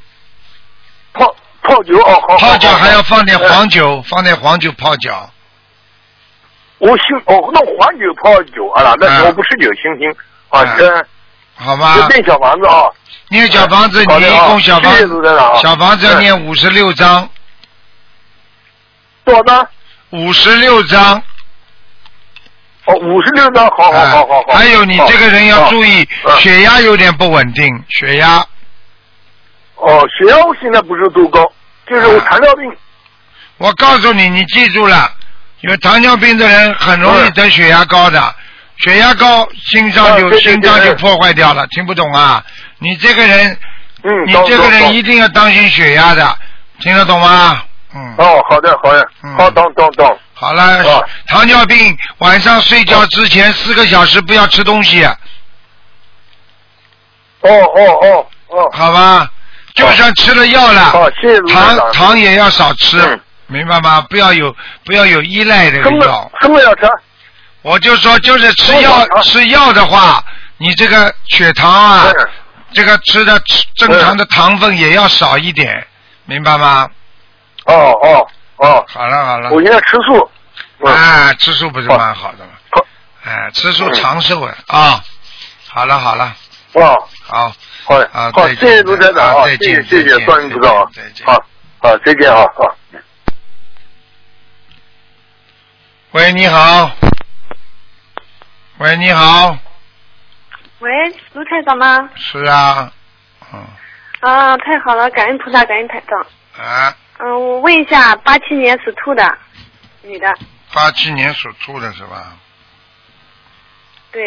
S6: 泡泡酒哦，好，好
S1: 泡脚
S6: 好好
S1: 还要放点
S6: 哎
S1: 黄酒，放点黄酒泡脚。
S6: 我姓哦，那黄酒泡酒啊啦，那时
S1: 啊
S6: 候不是酒星星啊
S1: 啊，
S6: 这
S1: 好
S6: 这
S1: 吧？
S6: 变小房子啊，
S1: 念小房子，你
S6: 好的
S1: 一
S6: 啊
S1: 共小房
S6: 谢谢主任啊
S1: 小房子要念五十六章，
S6: 多少张？
S1: 五十六章。
S6: 哦，五十六张，好好
S1: 啊
S6: 好好好。哦
S1: 还有你这个人要注意
S6: 啊，
S1: 血压有点不稳定，血压
S6: 哦，血压我现在不是多高，就是我
S1: 啊
S6: 糖尿病。
S1: 我告诉你，你记住了，有糖尿病的人很容易
S6: 嗯
S1: 得血压高的，血压高心脏
S6: 啊
S1: 就
S6: 对对
S1: 心脏
S6: 对
S1: 就
S6: 对
S1: 破坏掉了，听不懂啊？你这个人，
S6: 嗯，
S1: 你
S6: 懂
S1: 这个
S6: 懂
S1: 人
S6: 懂
S1: 一定要当心血压的，听得懂吗？嗯。
S6: 哦，好的好的
S1: 嗯，
S6: 好懂懂懂。
S1: 好了，
S6: 哦
S1: 糖尿病晚上睡觉之前四个小时不要吃东西，
S6: 哦哦哦哦，
S1: 好吧？就算吃了药了，
S6: 好，谢谢卢台
S1: 糖
S6: 长。
S1: 糖也要少吃，
S6: 嗯
S1: 明白吗？不要有不要有依赖这个
S6: 什么
S1: 药。啊
S6: 什么要吃？
S1: 我就说，就是吃
S6: 什么
S1: 药
S6: 药啊
S1: 吃药的话，你这个血糖啊，
S6: 嗯
S1: 这个吃的吃正常的糖分也要少一点，明白吗？
S6: 哦哦哦，
S1: 好了好了，
S6: 我现在吃素。嗯，
S1: 啊，吃素不是
S6: 好
S1: 蛮好的吗
S6: 好？
S1: 哎，吃素
S6: 嗯
S1: 长寿啊！啊，好了好了，
S6: 哦，
S1: 好。
S6: 好的
S1: 啊
S6: 好，
S1: 再见
S6: 谢谢卢台长啊
S1: 啊，再
S6: 谢谢
S1: 见再
S6: 谢谢，
S1: 见
S6: 观音菩萨啊
S1: 再见，
S6: 好，好，再见啊，好。
S1: 喂，你好。喂，你好。
S7: 喂，哎卢台长吗？
S1: 是啊，嗯
S7: 啊，太好了，感恩菩萨，感恩台长。
S1: 啊，
S7: 嗯、我问一下，八七年属兔的女的，
S1: 八七年属兔的是吧？
S7: 对，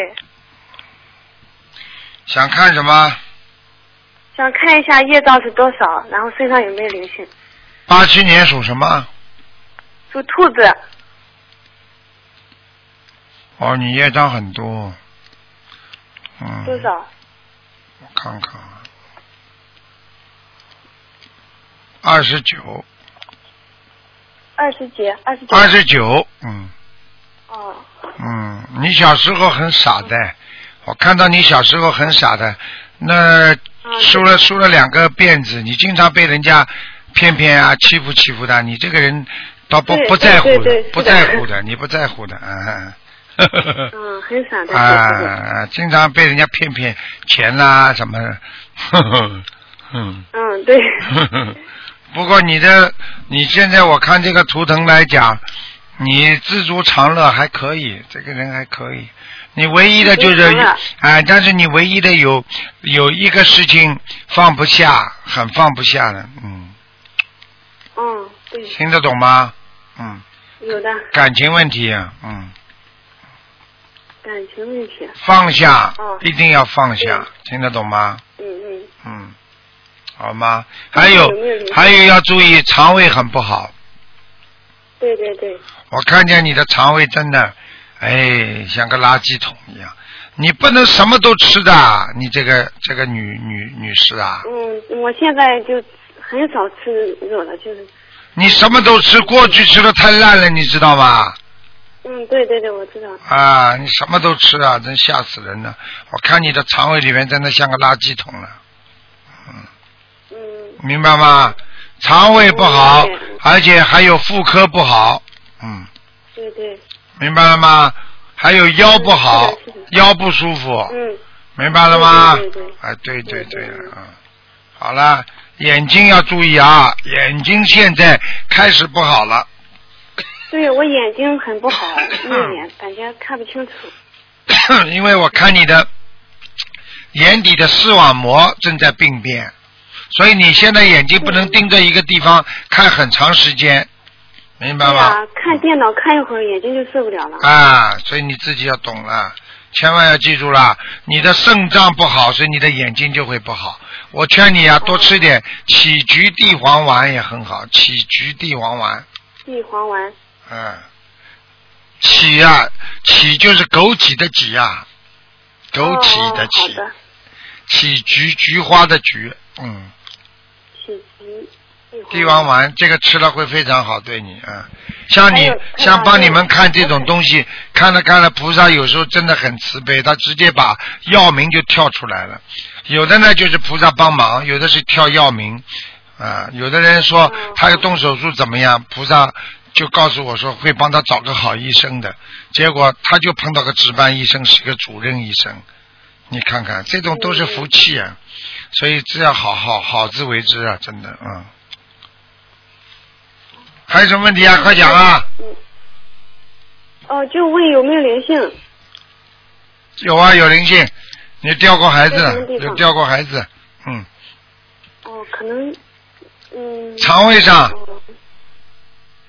S1: 想看什么？
S7: 想看一下业障是多少，然后身上有没有灵性？
S1: 八七年属什么？
S7: 属兔子，
S1: 哦，你业障很多。嗯。
S7: 多？少？
S1: 我看看啊，二十九，
S7: 二十几，二十九。
S1: 二。十九，嗯
S7: 哦，
S1: 嗯，你小时候很傻的，我看到你小时候很傻的，那
S7: 嗯
S1: 梳了梳了两个辫子，你经常被人家骗骗啊，欺负欺负的，你这个人倒不
S7: 对
S1: 不在乎
S7: 对对对
S1: 不
S7: 是的
S1: 在乎的，你不在乎的，啊。
S7: 嗯，很傻的。是
S1: 啊，经常被人家骗骗钱啦、什么 的，呵呵，嗯，
S7: 嗯，对，
S1: 呵呵。不过你的你现在我看这个图腾来讲，你知足常乐还可以，这个人还可以。你唯一的就是
S7: 知足常乐
S1: 啊、但是你唯一的有有一个事情放不下，很放不下的，嗯，
S7: 嗯，对，
S1: 听得懂吗？嗯，
S7: 有的
S1: 感情问题啊，嗯，
S7: 感情问题，
S1: 放下，
S7: 哦
S1: 一定要放下
S7: 嗯，
S1: 听得懂吗？
S7: 嗯嗯，
S1: 嗯，好吗？还有
S7: 有没有灵性
S1: 还有要注意肠胃很不好，
S7: 对对对，
S1: 我看见你的肠胃真的，哎，像个垃圾桶一样，你不能什么都吃的，你这个这个女女女士啊，
S7: 嗯，我现在就很少吃肉了，就是，
S1: 你什么都吃，过去吃的太烂了，你知道吗？
S7: 嗯，对对对，我知道，
S1: 啊，你什么都吃啊，真吓死人了！我看你的肠胃里面真的像个垃圾桶了。
S7: 嗯
S1: 明白吗？肠胃不好
S7: 嗯，
S1: 而且还有妇科不好，嗯，
S7: 对对，
S1: 明白了吗？还有腰不好
S7: 嗯是的是的，
S1: 腰不舒服，
S7: 嗯。
S1: 明白了吗
S7: 对对对？
S1: 哎，对对
S7: 对
S1: 对
S7: 对
S1: 了，嗯，好了，眼睛要注意啊，眼睛现在开始不好了，
S7: 对我眼睛很不好，内眼感觉看不清楚。
S1: 因为我看你的眼底的视网膜正在病变，所以你现在眼睛不
S7: 嗯
S1: 能盯着一个地方看很长时间，明白吗？
S7: 啊，看电脑看一会儿眼睛就受不了了。
S1: 啊，所以你自己要懂了，千万要记住了，你的肾脏不好，所以你的眼睛就会不好。我劝你啊，多吃点杞菊地黄丸也很好，杞菊地黄丸，
S7: 地黄丸
S1: 嗯，杞啊，杞就是枸杞的杞啊，枸杞的
S7: 哦好
S1: 杞，
S7: 的，
S1: 杞菊菊花的菊，嗯，
S7: 杞菊
S1: 地黄。丸这个吃了会非常好，对你啊，像
S7: 还
S1: 你
S7: 有看
S1: 像
S7: 到
S1: 帮
S7: 那
S1: 你
S7: 个
S1: 们看这种东西，看了看了，菩萨有时候真的很慈悲，他直接把药名就跳出来了。有的呢就是菩萨帮忙，有的是跳药名，啊，有的人
S7: 哦
S1: 说他要动手术怎么样，菩萨就告诉我说会帮他找个好医生的，结果他就碰到个值班医生是个主任医生，你看看这种都是福气啊，所以只要好好好自为之啊，真的嗯。还有什么问题啊？快讲啊！
S7: 哦，就问有没有灵性？
S1: 有啊，有灵性，你掉过孩
S7: 在什
S1: 子
S7: 么地，方
S1: 有掉过孩子，嗯，
S7: 哦，可能，嗯。
S1: 肠胃上，
S7: 哦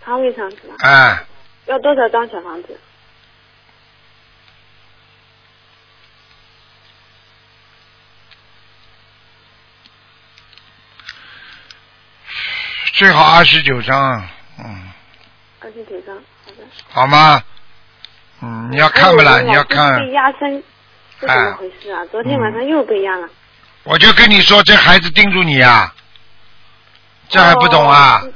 S7: 肠胃上是吧？
S1: 哎，
S7: 要多少张小房子？
S1: 最好二十九张，嗯，
S7: 二十九张。好的。
S1: 好吗？嗯，你要看不啦？
S7: 还有
S1: 你要
S7: 哎我老
S1: 看哎
S7: 公，被压身，是怎么回事啊？昨天晚上又被压了。
S1: 我就跟你说，这孩子盯住你啊，这还不懂啊？
S7: 哦是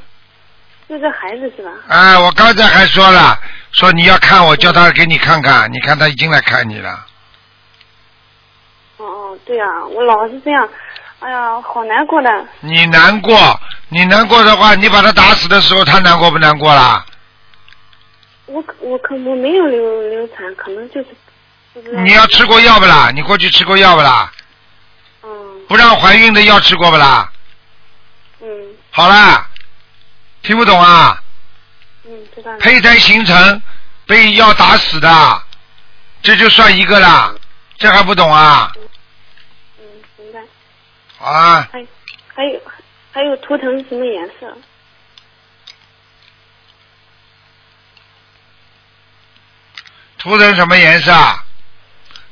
S7: 是这孩子是吧？
S1: 哎，我刚才还说了，说你要看我，叫他给你看看，你看他已经来看你了，
S7: 哦哦，对啊，我老是这样，哎呀，好难过的。
S1: 你难过，你难过的话，你把他打死的时候，他难过不难过啦？
S7: 我可我可我没有流流产，可能就是不知道。
S1: 你要吃过药不啦？你过去吃过药不啦？
S7: 嗯
S1: 不让怀孕的药吃过不啦？
S7: 嗯
S1: 好啦，听不懂啊？
S7: 嗯，知道了。
S1: 胚胎形成被药打死的，这就算一个啦，这还不懂啊？
S7: 嗯，明白。
S1: 啊，
S7: 还有还有图腾什么颜色？
S1: 涂成什么颜色？啊？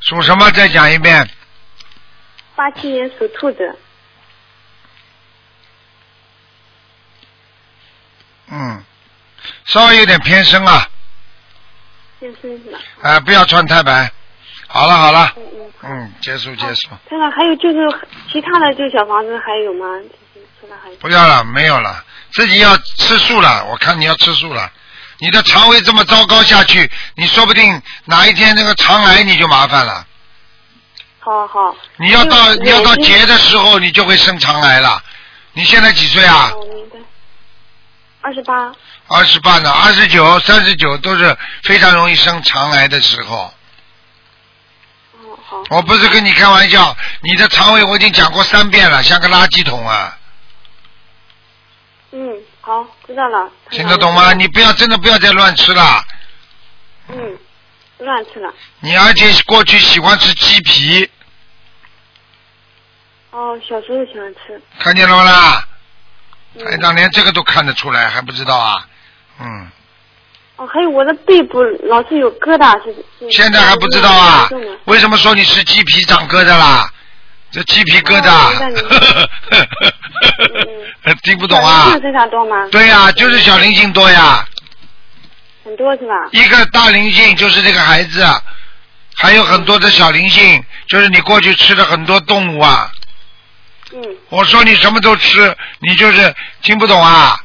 S1: 属什么？再讲一遍。
S7: 八七年属兔子，
S1: 嗯，稍微有点偏深啊，
S7: 健身是吧？
S1: 啊、不要穿太白。好了好了，
S7: 嗯嗯。
S1: 嗯，结束结束，
S7: 对了，还有就是其他的，就是小房子还有吗？就是除了还有。
S1: 不要了，没有了，自己要吃素了。我看你要吃素了，你的肠胃这么糟糕下去，你说不定哪一天那个肠癌你就麻烦了。
S7: 好好。
S1: 你要到
S7: 就是
S1: 你要到
S7: 眼睛
S1: 节的时候，你就会生肠癌了。你现在几岁啊？
S7: 哦，明白。二十八。
S1: 二十八呢，二十九、三十九都是非常容易生肠癌的时候。
S7: 哦，好。
S1: 我不是跟你开玩笑，你的肠胃我已经讲过三遍了，像个垃圾桶啊，
S7: 嗯，好，知道了。
S1: 听得懂吗？你不要真的不要再乱吃了。
S7: 嗯，乱吃了。
S1: 你而且过去喜欢吃鸡皮，
S7: 哦，小时候喜欢吃。
S1: 看见了吗啦？
S7: 嗯
S1: 台长连这个都看得出来，还不知道啊？嗯，
S7: 哦，还有我的背部老是有疙瘩，是是。
S1: 现在还不知道啊
S7: 是严重的？
S1: 为什么说你吃鸡皮长疙瘩啦？这鸡皮疙瘩
S7: 哦明白明白
S1: 听不懂啊
S7: 小灵？性身上多吗？
S1: 对呀、就是小灵性多呀。
S7: 很多是吧？
S1: 一个大灵性就是这个孩子，还有很多的小灵性，就是你过去吃的很多动物啊。
S7: 嗯，
S1: 我说你什么都吃，你就是听不懂啊，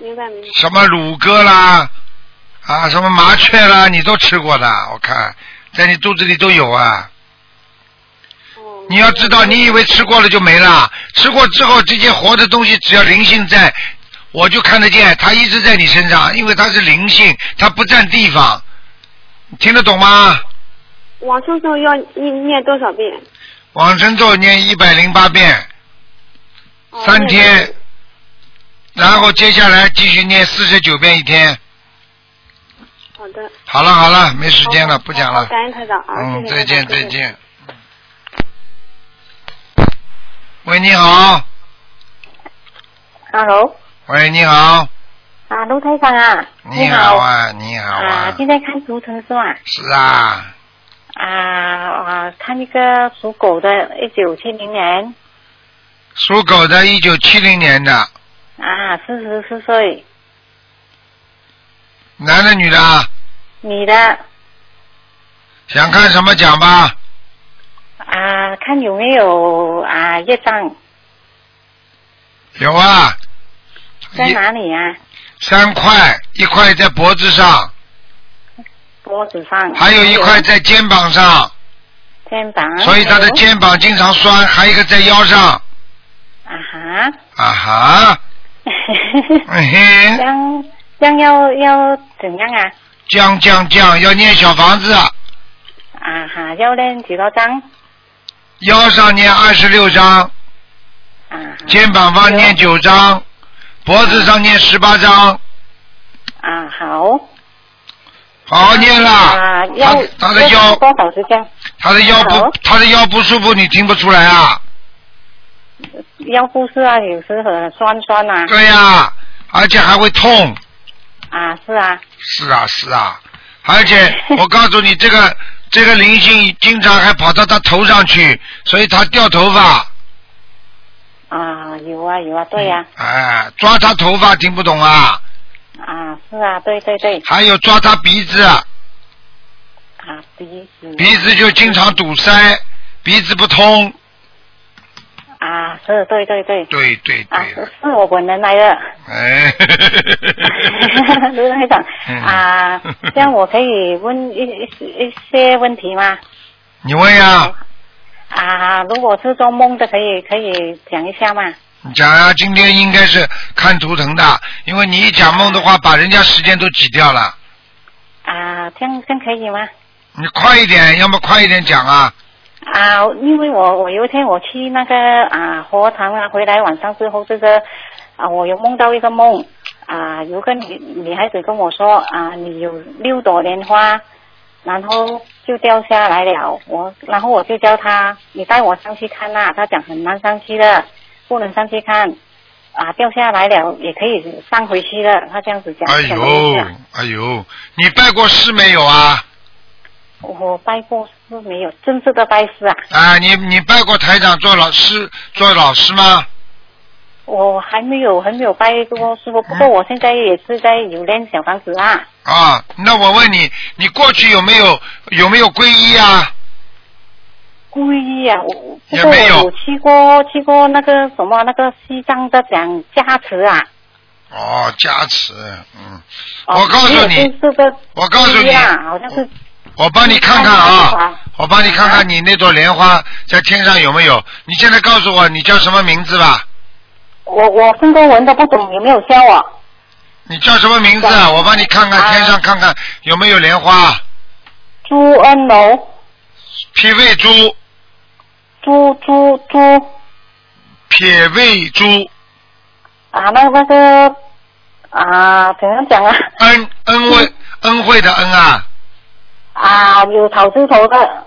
S7: 明白明白。
S1: 什么乳鸽啦，啊，什么麻雀啦，你都吃过的，我看在你肚子里都有啊。
S7: 哦。
S1: 你要知道，你以为吃过了就没了，吃过之后这些活的东西，只要灵性在，我就看得见，它一直在你身上，因为它是灵性，它不占地方，你听得懂吗？
S7: 往生咒要念念多少遍？
S1: 往生咒念一百零八遍，
S7: 哦
S1: 三天，然后接下来继续念四十九遍一天，
S7: 好的，的。
S1: 好了好了，没时间了，
S7: 好
S1: 不讲
S7: 好
S1: 了。
S7: 感恩台长啊，
S1: 嗯，
S7: 谢谢
S1: 再
S7: 台
S1: 见
S7: 长
S1: 再。
S7: 谢谢
S1: 见。喂，你好。
S8: Hello，
S1: 喂，你好。
S8: 啊，卢台长啊，
S1: 你
S8: 好
S1: 啊，你好啊。
S8: 今天看图腾是吧？
S1: 是啊，
S8: 啊啊，看一个属狗的，一九七零年
S1: 属狗的，一九七零年的，
S8: 啊，四十四岁，
S1: 男的女的啊？
S8: 女的
S1: 想看什么讲吧？
S8: 啊，看有没有啊业障
S1: 有啊，
S8: 在
S1: 一
S8: 哪里啊？
S1: 三块，一块在脖子上，
S8: 脖子上，
S1: 还有一块在肩膀上，
S8: 肩膀，
S1: 所以他的肩膀经常酸，还有一个在腰上。
S8: 啊哈，
S1: 啊哈，嗯嘿嘿，
S8: 将将要要怎样啊？
S1: 降降降，要念小房子，
S8: 啊哈，要练几多张？
S1: 腰上念二十六章，
S8: 啊哈
S1: 肩膀方念九章，脖子上念十八章，
S8: 啊好，
S1: 好好念啦。
S8: 啊
S1: 他
S8: 要
S1: 的他的
S8: 要
S1: 腰
S8: 多少时间？
S1: 他的腰不
S8: 好
S1: 他的腰不舒服，你听不出来啊？
S8: 腰部是啊，有时很酸酸啊。
S3: 嗯
S1: 对呀、而且还会痛。
S8: 啊，是啊，
S1: 是啊，是啊，而且我告诉你，这个这个灵性经常还跑到他头上去，所以他掉头发。
S8: 啊，有啊，有啊，对呀、
S1: 哎，抓他头发听不懂啊，
S8: 啊，是啊，对对对，
S1: 还有抓他鼻子，
S8: 啊，鼻子，
S1: 鼻子就经常堵塞，鼻子不通。
S8: 啊，是，对对对，
S1: 对对
S8: 啊，
S1: 对了
S8: 是，是我本人来 的，
S1: 哎，
S8: 卢台长
S1: 嗯，
S8: 啊，这样我可以问一一一些问题吗？
S1: 你问呀，
S8: 啊，如果是做梦的，可以可以讲一下吗？
S1: 你讲呀，今天应该是看图腾的，因为你一讲梦的话，把人家时间都挤掉了。
S8: 啊，这样这样可以吗？
S1: 你快一点，要么快一点讲啊。
S8: 啊，因为我我有一天我去那个啊佛堂啊，回来晚上之后，这个啊我有梦到一个梦啊，有个女女孩子跟我说啊，你有六朵莲花，然后就掉下来了。我然后我就叫她，你带我上去看呐、她讲很难上去的，不能上去看啊，掉下来了也可以上回去的。她这样子讲。
S1: 哎
S8: 讲了一下
S1: 呦，哎呦，你拜过师没有啊？
S8: 我拜过师没有正式的拜师啊，
S1: 啊，你你拜过台长做老师做老师吗？
S8: 我还没有还没有拜过师傅，不过我现在也是在有练小房子啊。
S1: 啊，那我问你，你过去有没有有没有皈依啊？
S8: 故意啊，我不
S1: 也
S8: 过
S1: 没有
S8: 我有去过去过那个什么那个西藏的讲加持啊。
S1: 哦，加持，嗯，
S8: 哦
S1: 我告诉你
S8: 没有就是这个
S1: 我告诉
S8: 故
S1: 你
S8: 意啊，好像是
S1: 我帮你看看啊，我帮你看看你那朵莲花在天上有没有？你现在告诉我你叫什么名字吧？
S8: 我我中国文都不懂，有没有教我？
S1: 你叫什么名字啊？我帮你看看天上看看有没有莲花。
S8: 朱恩楼，
S1: 脾胃猪，
S8: 朱朱朱
S1: 脾胃猪，
S8: 啊，那那个啊，怎样讲啊？
S1: 恩恩惠恩惠的恩啊。
S8: 啊，有草字头的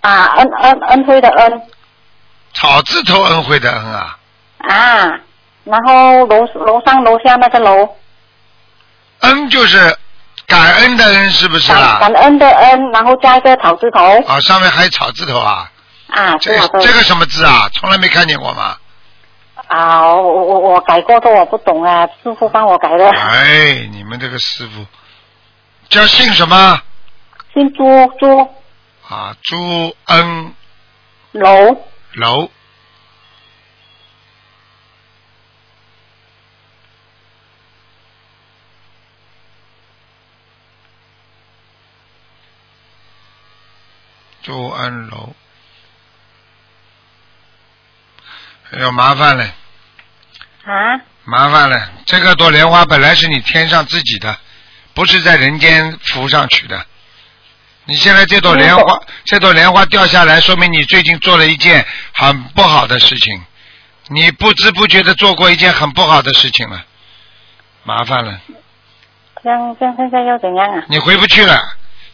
S8: 啊，恩恩恩惠的恩。
S1: 草字头恩惠的恩啊，
S8: 啊，然后楼楼上楼下那个楼，
S1: 恩就是感恩的恩，是不是啊
S8: 感
S1: 啦
S8: 感？恩的恩，然后加一个草字头
S1: 啊，上面还有草字头啊，
S8: 啊，
S1: 这
S8: 是啊，对
S1: 这个什么字啊？从来没看见过吗？
S8: 啊，我我我改过的我不懂啊，师傅帮我改的，
S1: 哎，你们这个师傅叫姓什么
S8: 姓朱朱
S1: 啊？朱恩
S8: 楼
S1: 楼，朱恩楼，哎呦，麻烦了，
S8: 啊
S1: 麻烦了！这个朵莲花本来是你天上自己的，不是在人间浮上去的。你现在这朵莲
S8: 如
S1: 花
S8: 果，
S1: 这朵莲花掉下来，说明你最近做了一件很不好的事情。你不知不觉的做过一件很不好的事情了，麻烦了。
S8: 这样这样现在要怎样啊？
S1: 你回不去了。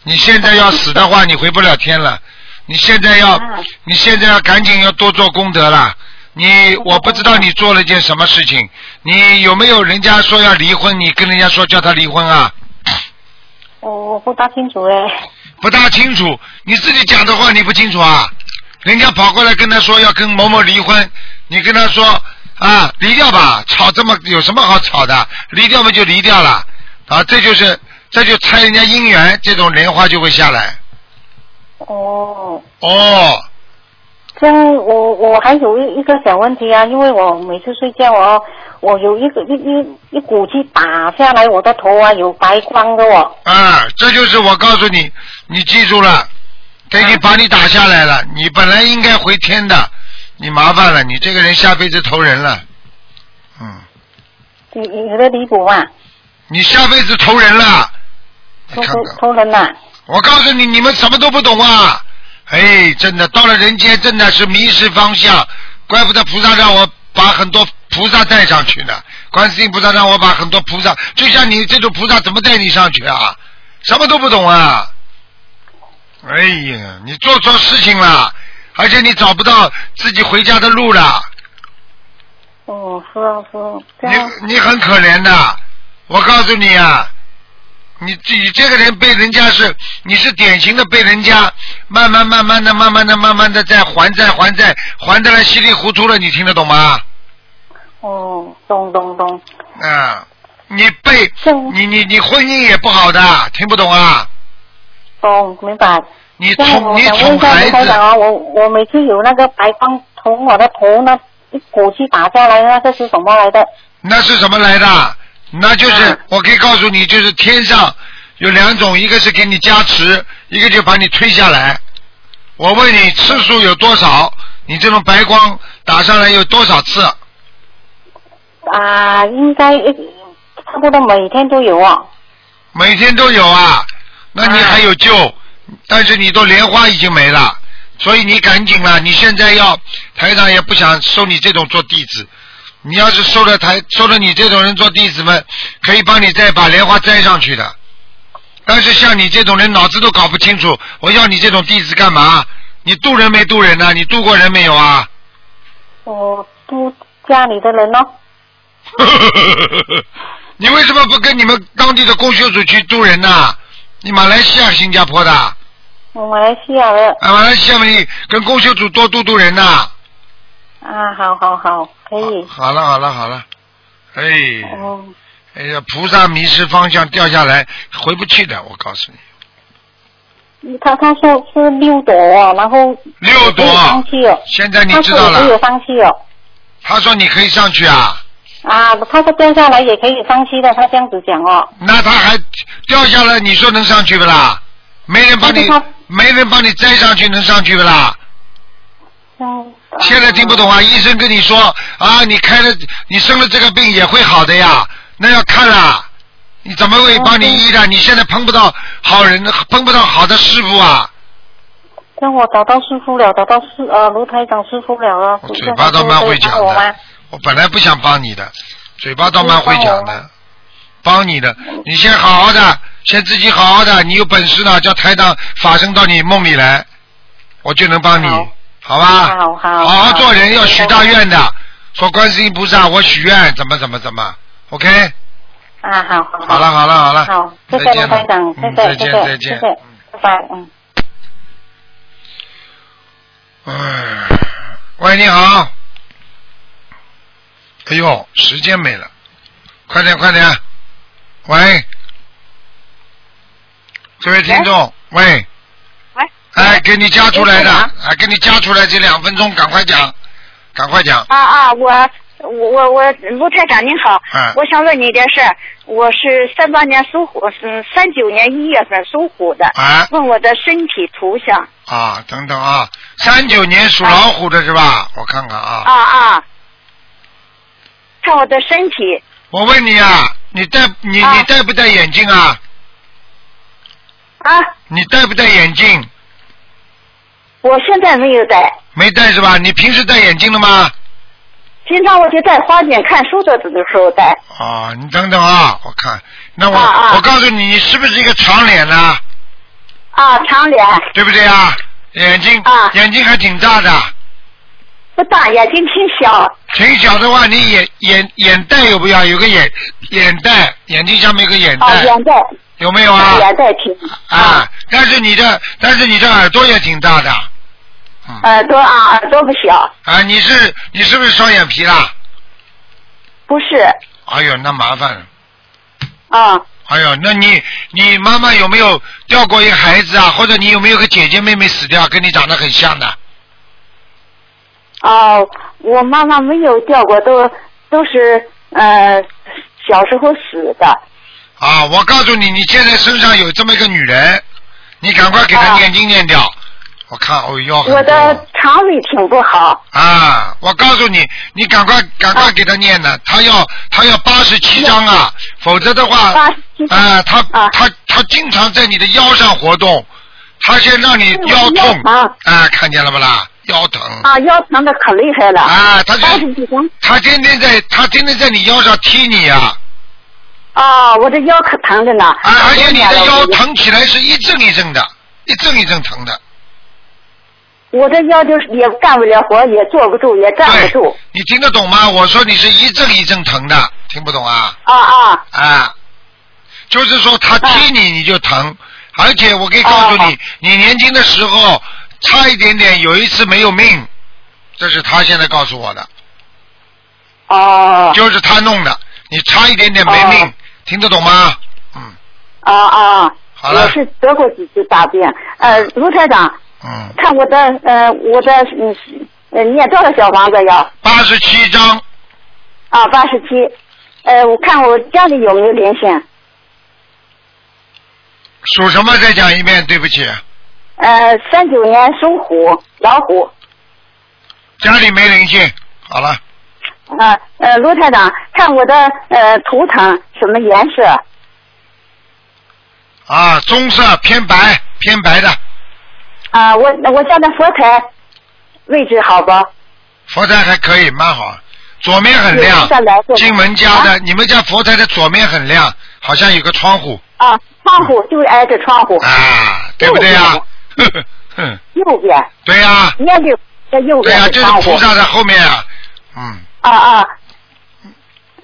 S1: 你现在要死的话，你回不了天了。你现在要，
S8: 啊
S1: 你现在要赶紧要多做功德了。你我不知道你做了件什么事情，你有没有人家说要离婚，你跟人家说叫他离婚啊？
S8: 我我不大清楚哎。
S1: 不大清楚，你自己讲的话你不清楚啊？人家跑过来跟他说要跟某某离婚，你跟他说啊离掉吧，吵这么有什么好吵的？离掉嘛就离掉了啊，这就是这就拆人家姻缘，这种莲花就会下来。
S8: 哦，
S1: 哦，
S8: 这样我我还有一一个小问题啊，因为我每次睡觉哦，我有一个一一一股气打下来，我的头啊有白光的哦。
S1: 啊，这就是我告诉你，你记住了，他已经把你打下来了，你本来应该回天的，你麻烦了，你这个人下辈子投人了，嗯
S8: 有有的离谱嘛，
S1: 你下辈子投人了。
S8: 偷偷偷人呐、
S1: 我告诉你，你们什么都不懂啊！哎，真的，到了人间真的是迷失方向，怪不得菩萨让我把很多菩萨带上去呢。观世音菩萨让我把很多菩萨，就像你这种菩萨怎么带你上去啊？什么都不懂啊！哎呀，你做错事情了，而且你找不到自己回家的路了，
S8: 哦，是哦是哦，这样
S1: 你你很可怜的。我告诉你啊，你自己这个人被人家是，你是典型的被人家慢慢慢慢的、慢慢的、慢慢的在还债、还债、还的来稀里糊涂了，你听得懂吗？
S8: 哦，懂懂懂，
S1: 啊，你被你你你婚姻也不好的，听不懂啊？
S8: 懂明白。
S1: 你
S8: 这样
S1: 宠
S8: 我
S1: 你
S8: 想
S1: 宠
S8: 问一下
S1: 孩
S8: 卢台长
S1: 子，
S8: 啊，我我每次有那个白光从我的头那一股气打下来，那个是什么来的？
S1: 那是什么来的？那就是我可以告诉你，就是天上有两种，一个是给你加持，一个就把你推下来。我问你次数有多少？你这种白光打上来有多少次？
S8: 啊，应该一差不多每天都有啊。
S1: 每天都有啊，那你还有救，但是你都莲花已经没了，所以你赶紧啊了，你现在要台长也不想收你这种做弟子，你要是收了台收了你这种人做弟子们，可以帮你再把莲花摘上去的，但是像你这种人脑子都搞不清楚，我要你这种弟子干嘛？你渡人没渡人呢、你渡过人没有啊？
S8: 我都哦家里的人咯、
S1: 你为什么不跟你们当地的公修组去渡人呢、你马来西亚、新加坡的啊？
S8: 我马来西亚的
S1: 啊，马来西亚嘛，你跟公修组多渡渡人呐、
S8: 啊，好好好，可以。
S1: 好了好了好了，哎，
S8: 哦，
S1: 哎呀，菩萨迷失方向掉下来，回不去的，我告诉你。
S8: 他他说是六朵哦，然后
S1: 六朵
S8: 我有放弃哦，
S1: 现在你
S8: 他
S1: 知
S8: 说
S1: 道
S8: 我有
S1: 了，
S8: 放弃哦。
S1: 他说你可以上去啊，
S8: 啊，他说掉下来也可以放弃的，他这样子讲哦。
S1: 那他还掉下来，你说能上去不啦？没人帮你
S8: 但是他，
S1: 没人帮你摘上去，能上去不啦？
S8: 嗯，啊
S1: 现在听不懂啊！医生跟你说啊，你开了，你生了这个病也会好的呀，那要看啦。你怎么会帮你医的？你现在碰不到好人，碰不到好的师傅啊！
S8: 让我找到师傅了，找到师呃卢台长师傅了啊。
S1: 我哦嘴巴倒蛮会讲
S8: 我啊吗
S1: 的？，我本来不想帮你的，嘴巴倒蛮会讲的，帮你的。你先好好的，先自己好好的，你有本事了，叫台长法身到你梦里来，我就能帮你
S8: 好，
S1: 好吧？
S8: 好
S1: 好
S8: 好
S1: 好做人要许大愿
S8: 好
S1: 的，说观世音菩萨，我许愿怎么怎么怎么，OK？
S8: 啊，好好
S1: 好了好了好了，
S8: 好，谢
S1: 再
S8: 谢
S1: 见
S8: 卢台
S1: 了
S8: 长，，谢
S1: 嗯
S8: 谢
S1: 再
S8: 谢
S1: 见
S8: 谢
S1: 再
S8: 谢
S1: 见
S8: 谢，，拜拜，嗯。
S1: 哎，喂，你好。哎呦，时间没了，快点快点。喂，这位听众，喂，
S9: 喂，
S1: 哎，给你加出来的，
S9: 哎台
S1: 啊，给你加出来这两分钟，赶快讲，赶快讲。
S9: 啊啊，我我我我卢台长您好，
S1: 嗯
S9: 我想问你一件事儿，我是三八年属虎，是三九年一月份属虎的，
S1: 啊
S9: 问我的身体图像
S1: 啊，等等啊，三九年属老虎的是吧？我看看啊，
S9: 啊啊，看我的身体
S1: 我问你啊，你戴你
S9: 啊
S1: 你戴不戴眼镜啊？
S9: 啊，
S1: 你戴不戴眼镜？
S9: 我现在没有戴，
S1: 没戴是吧？你平时戴眼镜了吗？
S3: 平常我就在花店看书的的时候戴。
S1: 哦，你等等啊，我看，那我、
S3: 啊啊
S1: 我告诉你，你是不是一个长脸呢、
S3: 啊，长脸
S1: 对不对啊？眼睛、
S3: 啊
S1: 眼睛还挺大的，
S3: 不大，眼睛挺小。啊
S1: 挺小的
S3: 嗯
S1: 话，你眼眼眼袋有不要？有个眼眼袋，眼睛下面有个眼袋，
S3: 啊，眼袋
S1: 有没有哎啊？
S3: 眼袋挺，
S1: 啊，但是你的但是你的耳朵也挺大的
S3: 耳朵啊，耳朵不小，
S1: 啊，你是你是不是双眼皮啦？
S3: 不是
S1: 哎呦，那麻烦了。
S3: 啊，
S1: 哎呦，那你你妈妈有没有掉过一个孩子啊？或者你有没有个姐姐妹妹死掉，跟你长得很像的？
S3: 哦，我妈妈没有掉过，都都是呃小时候死的。
S1: 啊，我告诉你，你现在身上有这么一个女人，你赶快给她念经念掉。我看，哦哟，
S3: 我的肠胃挺不好，
S1: 啊，我告诉你，你赶快赶快给她念呢，她要她要八十
S3: 嗯
S1: 七张啊，否则的话，啊、她
S3: 啊
S1: 她她经常在你的腰上活动，她先让你
S3: 嗯
S1: 腰痛，啊，看见了不啦？腰疼
S3: 啊，腰疼的可厉害了。
S1: 啊，他
S3: 八十几张。
S1: 她天天在她天天在你腰上踢你啊。
S3: 啊，我这腰可疼着呢。啊，
S1: 而且你的腰疼起来是一阵一阵的，一阵一阵疼的。
S3: 啊我这腰就是也干不了活，也坐不住，也站不住。
S1: 你听得懂吗？我说你是一阵一阵疼的，听不懂啊？
S3: 啊啊！
S1: 啊，就是说他踢你你就疼，而且我可以告
S3: 啊
S1: 诉你，你年轻的时候差一点点，有一次没有命，这是他现在告诉我的。
S3: 哦。
S1: 就是他弄的，你差一点点没命，听得懂吗？嗯
S3: 啊啊！
S1: 好了
S3: 我是得过几次大病。呃，卢台长，
S1: 嗯，
S3: 看我的呃我的嗯呃念多少小房子要？
S1: 八十七张，
S3: 啊，八十七。呃，我看我家里有没有灵性？
S1: 属什么？再讲一遍，对不起，
S3: 呃，三九年属虎，老虎。
S1: 家里没灵性。好了，
S3: 啊，呃，卢台长，看我的呃图腾什么颜色？
S1: 啊，棕色偏白，偏白的。
S3: 啊，我我家的佛台位置好不？
S1: 佛台还可以，蛮好，左面很
S3: 有
S1: 亮
S3: 菩萨来过。吗
S1: 进门家的，你们家佛台的左面很亮，好像有个窗户
S3: 啊，窗户就是挨着窗户。
S1: 啊，对不对呀、啊？
S3: 右边。
S1: 对呀、
S3: 面对在右
S1: 对
S3: 边
S1: 呀、
S3: 的
S1: 就
S3: 窗户。
S1: 是菩萨的后面啊。
S3: 啊啊，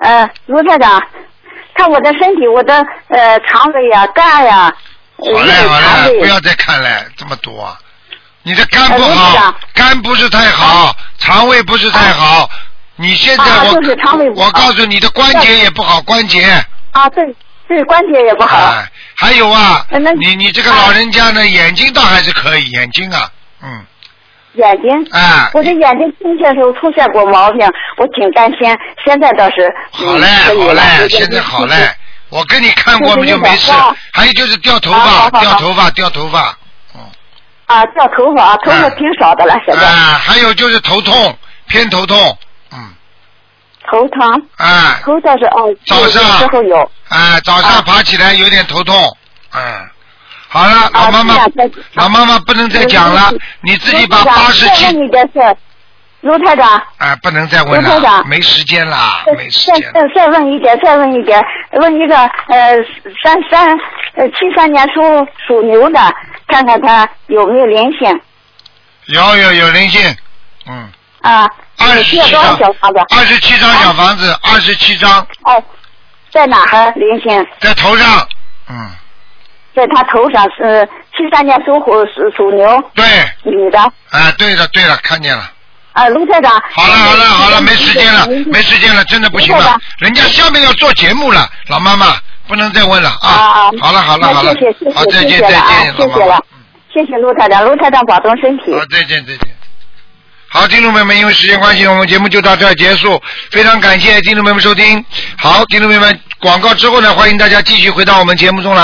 S3: 呃，卢台长，看我的身体，我的呃肠胃呀、肝呀、
S1: 好嘞好嘞，不要再看了，这么多啊。你的肝不
S3: 哎卢台
S1: 好
S3: 长，
S1: 肝不是太好，肠胃不是太好。你现在
S3: 啊
S1: 我、
S3: 就是肠胃不好
S1: 我告诉你的关节也不好，关节。
S3: 啊，对，对，关节也不好。哎
S1: 哎，还有啊，你你这个老人家呢，眼睛倒还是可以，眼睛啊，嗯，
S3: 眼睛，
S1: 啊，
S3: 我这眼睛出现时候出现过毛病，我挺担心。现在倒是嗯
S1: 好嘞，好嘞，现在好嘞，我跟你看过嘛就没事
S3: 谢谢你的。
S1: 还有就是掉头
S3: 啊
S1: 发
S3: 好好，好
S1: 掉头发，掉头发，
S3: 啊，掉头发，头
S1: 嗯
S3: 发挺少的了，现在、
S1: 啊，还有就是头痛，偏头痛，
S3: 头疼，
S1: 啊
S3: 头倒是哦，
S1: 早
S3: 有
S1: 上
S3: 时候有
S1: 啊，早上爬起来有点头痛，嗯，好了，
S3: 啊
S1: 老妈妈
S3: 这样再，
S1: 老妈妈不能再讲了
S3: 嗯嗯，
S1: 你自己把
S3: 卢台长
S1: 八十
S3: 再
S1: 七，
S3: 问你件事儿，卢台长，
S1: 啊，不能再问
S3: 卢台
S1: 了，
S3: 长
S1: 没时间啦，
S3: 再
S1: 没时间了，
S3: 再再问一点，再问一点，问一个呃三三呃七三年属属牛的，看看他有没有灵性
S1: 有有有灵性，
S3: 啊？
S1: 二十
S3: 需要多少小房子？啊
S1: 二十七张小房子，二十七张
S3: 哦，在哪儿灵性？
S1: 在头上，嗯
S3: 在他头上是七三年属虎属属牛
S1: 对，
S3: 女的
S1: 啊，对了对了，看见了，
S3: 啊，卢台长。
S1: 好了好了好了，没时间了，没时间了，真的不行
S3: 卢台
S1: 了
S3: 长，
S1: 人家下面要做节目了，老妈妈不能再问了啊，好了好了
S3: 那
S1: 好了
S3: 谢谢谢，谢
S1: 好再
S3: 谢
S1: 见
S3: 谢了嗯
S1: 再
S3: 啊
S1: 见，嗯老妈
S3: 谢谢
S1: 妈
S3: 了。，谢谢卢台长，卢台长保重身体。
S1: 好，再见，再见。好，听众朋友们，因为时间关系，我们节目就到这儿结束。非常感谢听众朋友们收听。好，听众朋友们，广告之后呢，欢迎大家继续回到我们节目中来。